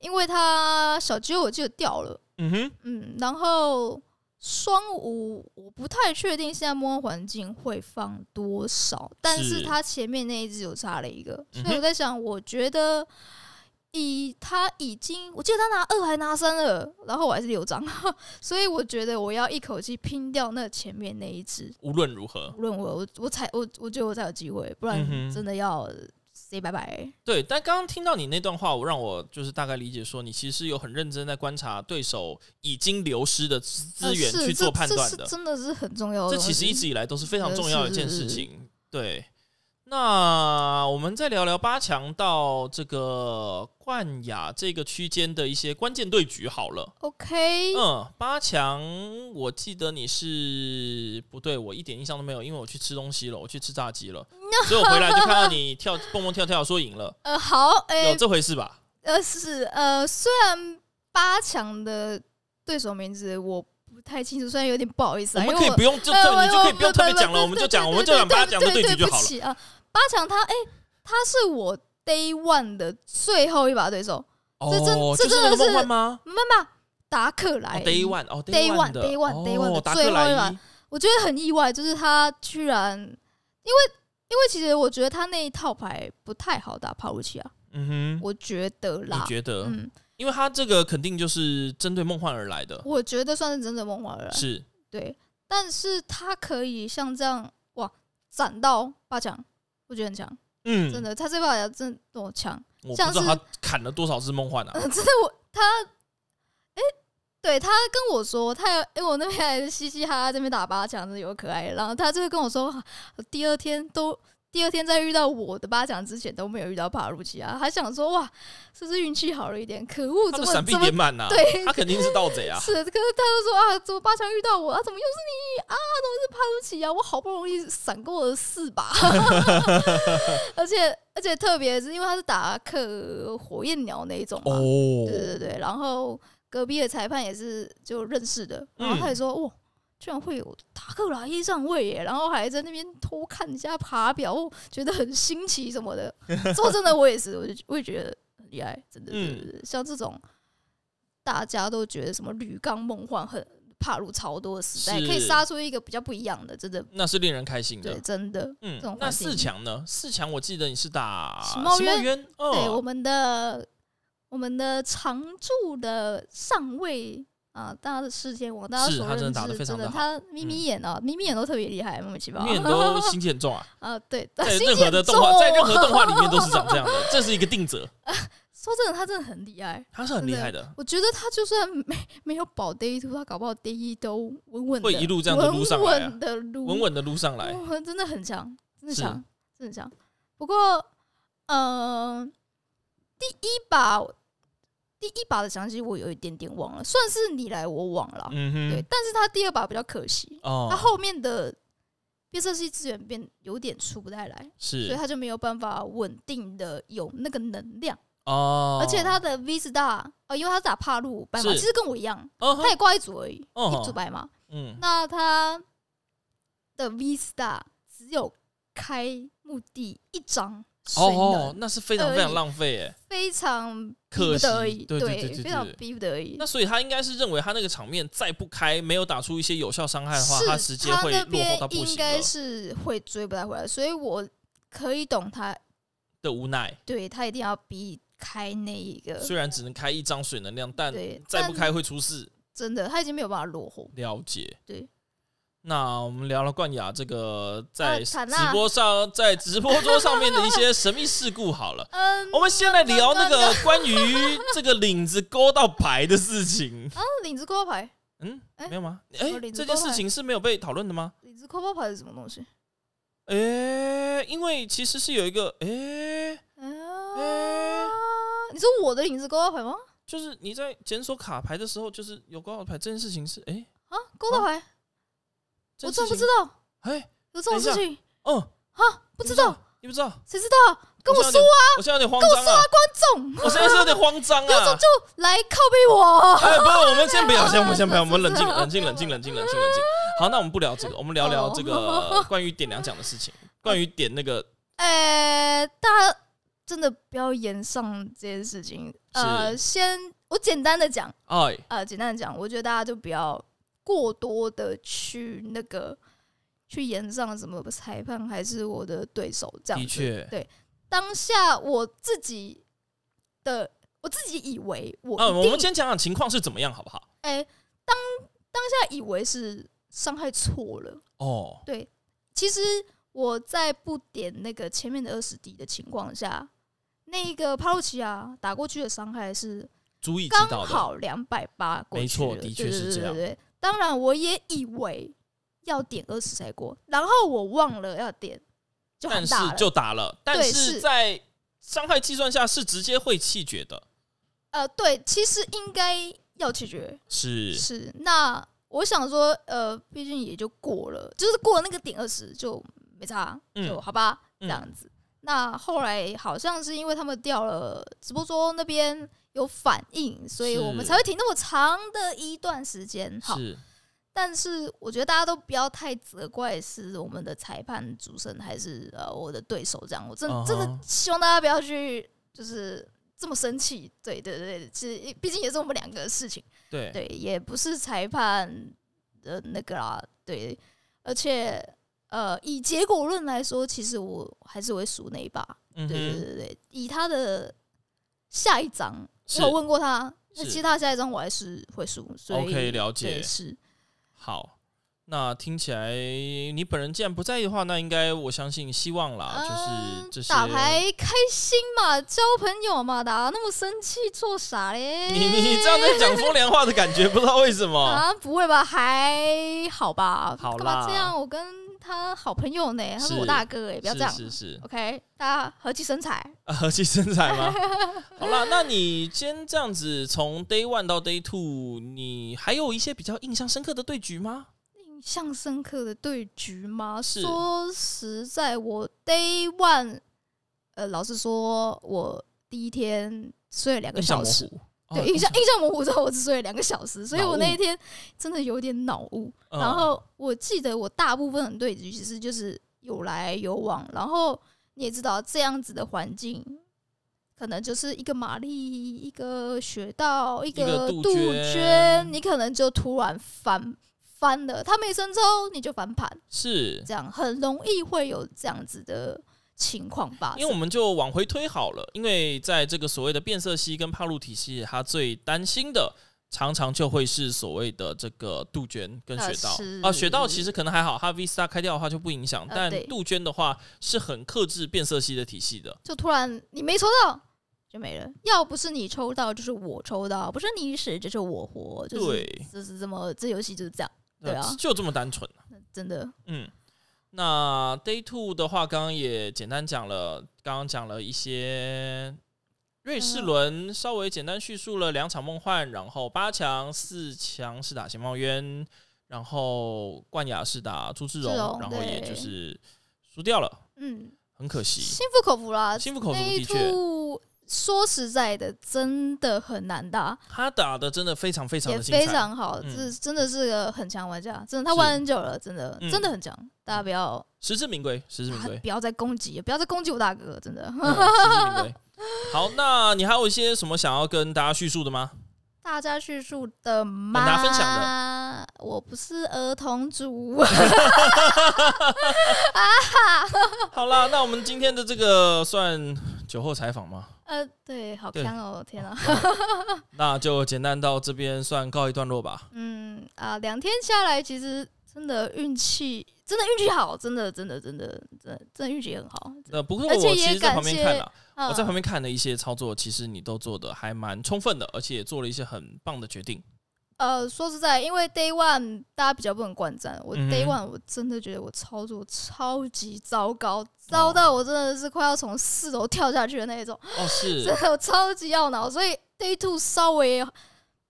B: 因为他小鸡我记得掉了，
A: 嗯哼，
B: 嗯，然后。双五我不太确定现在摸环境会放多少，但
A: 是
B: 是它前面那一只有差了一个，所
A: 嗯
B: 以
A: 哼
B: 我在想，我觉得以他已经，我记得他拿二还拿三了，然后我还是留张， 所以我觉得我要一口气拼掉那前面那一只。
A: 无论如何，
B: 无论我我我才我我觉得我才有机会，不
A: 嗯哼
B: 然真的要 say 拜拜。
A: 对。但刚刚听到你那段话，我让我就是大概理解说，你其实有很认真在观察对手已经流失的资资源
B: 呃是
A: 去做判断
B: 这这
A: 的
B: 是。真的是很重要的
A: 这
B: 东西。
A: 其实一直以来都是非常重要的一件事
B: 是
A: 情。对，那我们再聊聊八强到这个冠亚这个区间的一些关键对局好了。
B: OK，
A: 嗯，八强我记得你是不对，我一点印象都没有，因为我去吃东西了，我去吃炸鸡了，所以我回来就看到你跳蹦蹦跳跳说赢了，
B: 呃，好，哎、
A: 有这回事吧？
B: 呃，是呃，虽然八强的对手名字我不太清楚，虽然有点不好意思
A: 我
B: 啊，
A: 们可
B: 因为
A: 以
B: 我
A: 不用就
B: 呃
A: 特
B: 我
A: 你就可以不用特别讲了，
B: 我
A: 我们就讲
B: 对
A: 我们就讲八强的
B: 对
A: 对局就好
B: 对
A: 了
B: 不。起啊，八强他哎、他是我 Day One 的最后一把对手，这真
A: 哦，
B: 这
A: 就是那
B: 真的
A: 个梦
B: 是
A: 幻吗？
B: 妈妈达克莱、
A: 哦，Day One，哦
B: 哎 Day
A: One 的
B: One，Day One，Day One 的
A: 哦达
B: 最
A: 克
B: 后
A: 莱
B: 一
A: 伊
B: 把我觉得很意外，就是他居然，因为因为其实我觉得他那一套牌不太好打帕鲁奇啊，
A: 嗯哼，
B: 我觉得
A: 你
B: 啦，
A: 觉得？
B: 嗯，
A: 因为他这个肯定就是针对梦幻而来的，
B: 我觉得算是真的梦幻了，
A: 是
B: 对，但是他可以像这样哇斩到八强，我觉得很强，
A: 嗯，
B: 真，的，他这把牌真的多强，
A: 我不知
B: 像
A: 道
B: 是
A: 他砍了多少只梦幻 啊，
B: 真的我他，哎、对他跟我说，他有，哎、我那边还嘻嘻哈哈这边打八强，真的有可爱的。然后他就跟我说，啊第二天都。第二天在遇到我的八强之前都没有遇到帕鲁奇亚，还想说哇，是不是运气好了一点？可恶，
A: 他
B: 怎
A: 的
B: 么
A: 闪避
B: 怎么
A: 点满呐，
B: 对
A: 他肯定是盗贼啊，
B: 是？可是他就说啊，怎么八强遇到我啊？怎么又是你啊？怎么是帕鲁奇亚？我好不容易闪过了四把，而且而且特别是因为他是打克火焰鸟那一种嘛，
A: 哦
B: 对对对，然后隔壁的裁判也是就认识的，然后
A: 嗯
B: 他也说、哇。居然会有达克莱伊上位耶，然后还在那边偷看一下爬表，哦觉得很新奇什么的。说真的，我也是，我就我也觉得很厉害，真的。
A: 嗯
B: 对对对像这种大家都觉得什么铝钢梦幻很帕鲁超多的时代，可以
A: 是
B: 杀出一个比较不一样的，真的
A: 那是令人开心
B: 对，
A: 的。
B: 真的。
A: 嗯
B: 这种，
A: 那
B: 环境
A: 四强呢？四强我记得你是打
B: 世贸
A: 世
B: 渊
A: 渊，
B: 对我
A: 哦，
B: 们的我们的常驻的上位啊，大家的世界王，大家
A: 是
B: 所
A: 他真
B: 认
A: 的打
B: 知，
A: 得非常
B: 真的，
A: 的好
B: 他眯眯眼啊，眯眯眼都特别厉害，莫名其妙
A: 面都心机很重啊，
B: 啊， 对，
A: 在
B: 心
A: 任何的
B: 眼
A: 动画，
B: 重
A: 在任何动画里面都是长这样的，这是一个定则，
B: 说真的，他真的很厉害。
A: 他是很厉害的，
B: 我觉得他就算没没有保 day two，他搞不好 day 一都稳稳的，
A: 会一路这样子撸上来啊
B: 稳稳的撸，
A: 稳稳的撸上来，
B: 哇真的哦很强，真的
A: 是
B: 强，真的强。不过，呃，第一把第一把的详细我有一点点忘了，算是你来我往了，
A: 嗯
B: 对
A: 哼。，
B: 但是他第二把比较可惜，他
A: 哦，
B: 后面的变色系资源变有点出不太来，所以
A: 是
B: 他就没有办法稳定的有那个能量，
A: 哦，
B: 而且他的 V star 哦，因为他是打帕路白马，
A: 是
B: 其实跟我一样，
A: 哦
B: 他也挂一组而已，
A: 哦
B: 一组白马，
A: 嗯
B: 那他的 V Star 只有开墓地一张水
A: 哦
B: 能，
A: 哦，那是非常
B: 而
A: 非常
B: 已
A: 浪费哎，
B: 非常
A: 可
B: 逼不
A: 惜
B: 得已，
A: 对对对对对
B: 非常
A: 对
B: 逼不得已
A: 那。所以他应该是认为他那个场面再不开，没有打出一些有效伤害的话，
B: 是
A: 他直接
B: 他
A: 会
B: 那
A: 落后
B: 边
A: 到不
B: 应
A: 行了
B: 该是会追不太回来，所以我可以懂他，
A: 的无奈。
B: 对他一定要逼开那一个，
A: 虽然只能开一张水能量，但
B: 呃对，
A: 再不
B: 但
A: 开会出事。
B: 真的他已经没有办法落后，
A: 了解。
B: 对。
A: 那我们聊了冠亚这个在
B: 呃
A: 直
B: 惨啊
A: 播上在直播桌上面的一些神秘事故好 了。
B: 嗯，
A: 我们先来聊那个关于这个领子勾到白的事情。
B: 那领子扣包牌，
A: 嗯，
B: 哎
A: 没有吗？哎
B: 么，领
A: 这件
B: 子勾
A: 事
B: 牌
A: 情是没有被讨论的吗？
B: 领子扣包牌是什么东西？
A: 哎，因为其实是有一个哎哎
B: 啊，你说我的领子扣包牌吗？
A: 就是你在检索卡牌的时候，就是有高考牌这件事情是哎、
B: 啊，勾到牌，
A: 这件
B: 我真
A: 事
B: 不
A: 情
B: 知道。
A: 哎，
B: 有这种事情
A: 哦，
B: 啊？不
A: 不
B: 知道，，
A: 你不知道，
B: 谁知道？跟我
A: 现在有
B: 说
A: 点，我现在有点慌张啊，
B: 中，
A: 我现在是有点慌张
B: 有种
A: 啊。
B: 就 来靠背我。
A: 哎，不，我们先不要，
B: 啊
A: 先不，先不要，我
B: 是
A: 们冷 静，
B: 是
A: 冷静，冷静，冷静，冷静，冷静。好，那我们不聊这个，我们聊聊
B: 哦
A: 这 个关于点两奖的事情，关于点那个
B: 呃，大家真的不要延上这件事情。呃，
A: 是
B: 先我简单的讲，
A: 哎，
B: 呃，简单的讲，我觉得大家就不要过多的去那个去延上什么裁判还是我的对手这样
A: 的
B: 子。
A: 确
B: 当下我自己的我自己以为我
A: 嗯，我
B: 一
A: 们
B: 定
A: 先讲讲情况是怎么样，好不好？
B: 哎、当当下以为是伤害错了，
A: 哦，
B: 对，其实我在不点那个前面的二十滴的情况下，那个帕洛奇亚打过去的伤害是
A: 足以知
B: 刚
A: 道的。
B: 好两百八过去
A: 没错
B: 了
A: 的
B: 对
A: 确是
B: 对
A: 这
B: 对
A: 样
B: 对对当然，我也以为要点二十才过，然后我忘了要点，就
A: 但
B: 很
A: 是
B: 大了。
A: 就打了，但
B: 对
A: 是
B: 是
A: 在伤害计算下是直接会气绝的，
B: 呃，对，其实应该要解决，
A: 是
B: 是那我想说，呃，毕竟也就过了，就是过那个点二十就没差，
A: 嗯
B: 就好吧，
A: 嗯
B: 这样子。那后来好像是因为他们掉了直播桌那边有反应，所以
A: 是
B: 我们才会停那么长的一段时间。好，
A: 是
B: 但是我觉得大家都不要太责怪是我们的裁判、主审还是呃我的对手这样。我真、
A: 嗯哼
B: 真的希望大家不要去就是这么生气。对对对，其实毕竟也是我们两个的事情。
A: 对
B: 对，也不是裁判的那个啦，对，而且呃，以结果论来说，其实我还是会输那一把，
A: 嗯
B: 对对
A: 哼，
B: 对对，以他的下一张，
A: 是
B: 我有问过他，那
A: 是
B: 其实他的下一张我还是会输，所以
A: OK，了
B: 对
A: 解
B: 是
A: 好。那听起来你本人既然不在意的话，那应该我相信希望啦，就是
B: 嗯
A: 这些
B: 打牌开心嘛，交朋友嘛，打那么生气做啥嘞？
A: 你你这样在讲风凉话的感觉，不知道为什 么。
B: 啊，不会吧？还好吧？
A: 好
B: 干嘛这
A: 啦
B: 样？我跟他好朋友呢，他是我
A: 是
B: 大哥哎、不要这样。
A: 是是是，
B: OK，大家和气生财。
A: 啊和气生财 吗？好啦，那你先这样子，从 Day One 到 Day Two，你还有一些比较印象深刻的对局吗？
B: 印象深刻的对局吗？
A: 是
B: 说实在，我 Day One，呃，老实说，我第一天睡了两个
A: 印象
B: 小
A: 模
B: 时，
A: 糊，
B: 对，
A: 哦
B: 印象印象模糊，之后我只睡了两个小时，所以
A: 脑
B: 我
A: 雾
B: 那一天真的有点脑雾。
A: 嗯
B: 然后我记得我大部分的对局其实就是有来有往，然后你也知道这样子的环境，可能就是一个玛丽，一个雪道，一
A: 个
B: 个
A: 杜
B: 杜
A: 鹃
B: 鹃，你可能就突然翻翻了，他没升之后你就翻盘，
A: 是
B: 这样很容易会有这样子的情况吧？
A: 因为我们就往回推好了，因为在这个所谓的变色系跟帕路体系，他最担心的常常就会是所谓的这个杜鹃跟雪
B: 啊
A: 道
B: 是
A: 啊，雪道其实可能还好，它 V Star 开掉的话就不影响，
B: 啊
A: 但
B: 对
A: 杜鹃的话是很克制变色系的体系的，
B: 就突然你没抽到。就没了。要不是你抽到，就是我抽到；不是你死，就是我活。就是
A: 对，
B: 就是这么，这游戏就是这样，对啊
A: 呃就这么单纯。
B: 真的。
A: 嗯，那 Day Two 的话，刚刚也简单讲了，刚刚讲了一些瑞士轮，稍微简单叙述了两场梦幻，然后八强、四强是打咸茂渊，然后冠亚是打朱志荣
B: 志荣，
A: 然后也
B: 对
A: 就是输掉了，
B: 嗯，
A: 很可惜，
B: 心服口服啦。
A: 心服口服
B: 那一
A: 的确，
B: 兔说实在的，真的很难打，
A: 他打的真的非常非常
B: 也
A: 的精彩，
B: 非常好，
A: 嗯
B: 这真的是个很强玩家，真的他玩很久了，真的
A: 嗯
B: 真的很强，大家不要
A: 实至名归，实至名
B: 啊
A: 归。
B: 不要再攻击，不要再攻击我大哥，真的。
A: 嗯实至名归好，那你还有一些什么想要跟大家叙述的吗？
B: 大家叙述的吗？
A: 大家分享
B: 我不是儿童主，
A: 好啦，那我们今天的这个算酒后采访吗？
B: 呃，对，好
A: 对
B: 香哦，天啊，
A: 那就简单到这边算告一段落吧。
B: 嗯啊，两天下来，其实真的运气，真的运气好，真的真的真的真的真的运气很好，
A: 呃，不过
B: 而且
A: 我
B: 也
A: 其实在旁边
B: 感谢
A: 看了，
B: 啊
A: 我在旁边看了一些操作，其实你都做的还蛮充分的，而且也做了一些很棒的决定。
B: 呃，说实在，因为 Day One 大家比较不能观战，我
A: 嗯哼
B: Day One 我真的觉得我操作超级糟糕，糟到我真的是快要从四楼跳下去的那一种，
A: 哦，是
B: 真的我超级懊恼。所以 Day Two 稍微不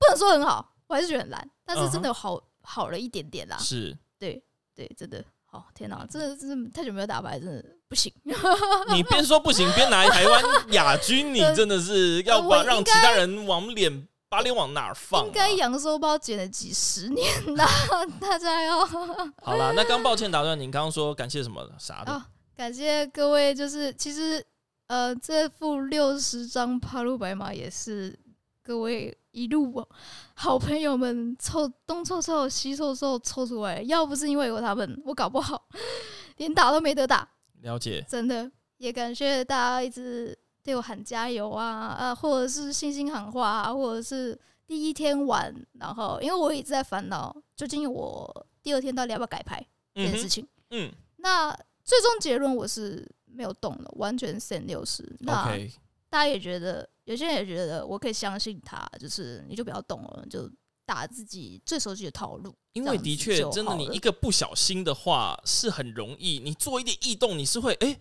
B: 能说很好，我还是觉得很烂，但
A: 嗯
B: 是
A: 哼
B: 真的有好、好了一点点啦。
A: 是，
B: 对，真的，好天哪，真的真的太久没有打牌，真的不行。
A: 你边说不行边拿台湾亚军，你
B: 对
A: 真的是要
B: 呃
A: 把
B: 我
A: 让
B: 应
A: 其他人往脸把脸往哪儿放、
B: 应
A: 啊？
B: 该扬州包减了几十年啦， 大家要
A: 好啦，那刚抱歉打断您，刚刚说感谢什么啥的，
B: 哦感谢各位，就是其实呃，这副六十张帕路白马也是各位一路好朋友们凑东凑凑西凑凑凑出来的，要不是因为有他们，我搞不好 连打都没得打，
A: 了解。
B: 真的。也感谢大家一直对我喊加油啊，呃，或者是信心喊话、啊，或者是第一天玩，然后因为我一直在烦恼，究竟我第二天到底要不要改牌这
A: 嗯
B: 件事
A: 哼
B: 情。
A: 嗯
B: 那最终结论我是没有动的，完全 N 六十。那
A: ，OK，
B: 大家也觉得，有些人也觉得，我可以相信他，就是你就不要动了，就打自己最熟悉的套路。
A: 因
B: 这
A: 为
B: 样
A: 的
B: 子
A: 确
B: 就
A: 真的，
B: 好
A: 你
B: 了
A: 一个不小心的话是很容易，你做一点异动，你是会哎、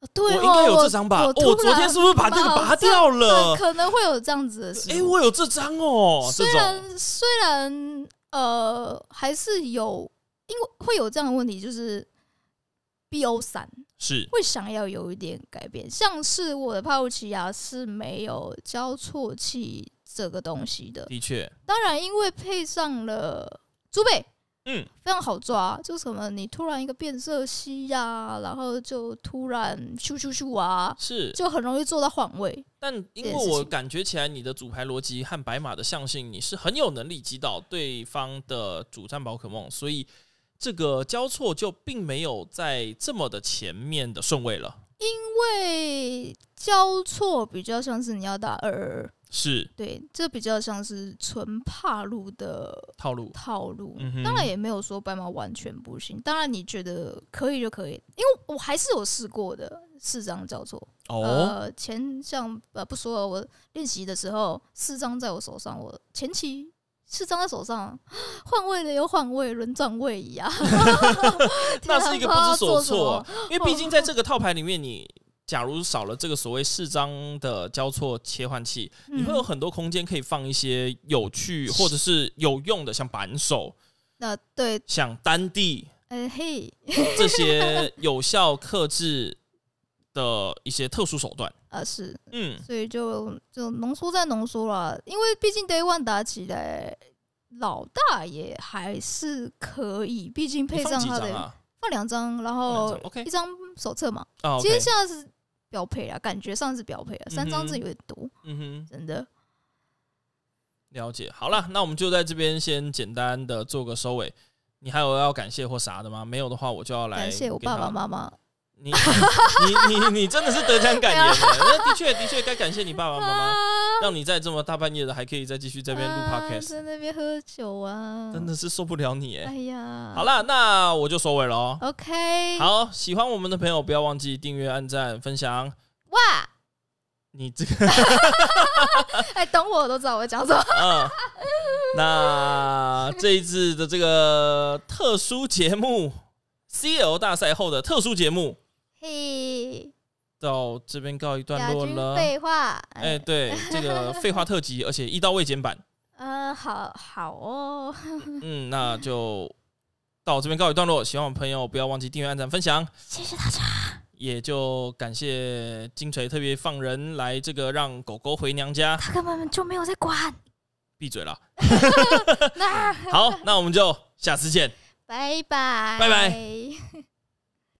B: 啊对
A: 我应该有
B: 我
A: 这张吧？
B: 我
A: 哦，
B: 突
A: 我昨天
B: 然
A: 是不是把那个
B: 把
A: 拔
B: 这
A: 掉
B: 对
A: 了？
B: 可能会有这样子的事。
A: 哎、我有这张哦，这
B: 虽
A: 种
B: 然虽然呃，还是有，因为会有这样的问题，就是 B O 三
A: 是
B: 会想要有一点改变，像是我的帕布奇亚是没有交错器这个东西的。
A: 的确，
B: 当然，因为配上了猪背，
A: 嗯，
B: 非常好抓，就什么你突然一个变色蜥呀、然后就突然咻咻咻啊，
A: 是。
B: 就很容易做到换位。
A: 但因为
B: 这件事
A: 我
B: 情
A: 感觉起来，你的主牌逻辑和白马的象性，你是很有能力击倒对方的主战宝可梦，所以这个交错就并没有在这么的前面的顺位了。
B: 因为交错比较像是你要打二二二，
A: 是
B: 对，这比较像是纯帕路的
A: 套路，
B: 套路。
A: 嗯哼
B: 当然也没有说白马完全不行，当然你觉得可以就可以，因为我还是有试过的四张交错。
A: 哦，
B: 呃，前像呃不说了，我练习的时候四张在我手上，我前期四张在手上， 换位了又换位，轮转位移啊，
A: 那是一个不知所措，因为
B: 哦
A: 毕竟在这个套牌里面，你假如少了这个所谓四张的交错切换器，你
B: 天
A: 会有
B: 哪。不知道做什么
A: 很多空间可以放一些有趣或者是有用的，像扳手、
B: 嗯，那对，
A: 像单地
B: 呃嘿，
A: 这些有效克制的一些特殊手段。
B: 呃是，
A: 嗯，
B: 所以就就浓缩再浓缩了，因为毕竟 Day One 打起来，老大也还是可以，毕竟
A: 你
B: 配
A: 放
B: 上
A: 几
B: 他
A: 张
B: 的
A: 啊？
B: 放两张，然
A: 放两
B: 后
A: 张，OK
B: 一张手册嘛，
A: 哦，OK，
B: 其实现在是标配啊，感觉上是标配啊，
A: 嗯
B: 三
A: 哼
B: 张字有点多，
A: 嗯哼，
B: 真的。
A: 了解。好了，那我们就在这边先简单的做个收尾。你还有要感谢或啥的吗？没有的话，我就要来
B: 感谢我
A: 给他
B: 爸爸妈妈，
A: 你 你你你真的是得奖感言耶，那的确的确该感谢你爸爸妈妈，
B: 啊
A: 让你在这么大半夜的还可以再继续在这边录
B: 啊
A: podcast，
B: 在那边喝酒啊，
A: 真。的是受不了你哎
B: 哎。呀，
A: 好啦，那我就收尾了哦。
B: ，OK，，
A: 好，喜欢我们的朋友不要忘记订阅、按赞、分享。
B: 哇，
A: 你 这个，
B: 哎，懂我都知道我讲什么，
A: 嗯，那这一次的这个特殊节目 CL 大赛后的特殊节目
B: 嘿，
A: 到这边告一
B: 亚
A: 段落
B: 军
A: 了。
B: 废话，
A: 哎，
B: 哎，
A: 对，这个废话特辑，而且一刀未剪版。
B: 嗯，好好哦，
A: 嗯，那就到这边告一段落。喜欢我们朋友不要忘记订阅、按赞、分享，
B: 谢谢大家，
A: 也就感谢金锤特别放人来这个让狗狗回娘家，
B: 他根本就没有在管，
A: 闭嘴了。
B: 那哎
A: 好，那我们就下次见。
B: 拜拜，
A: 拜
B: 拜。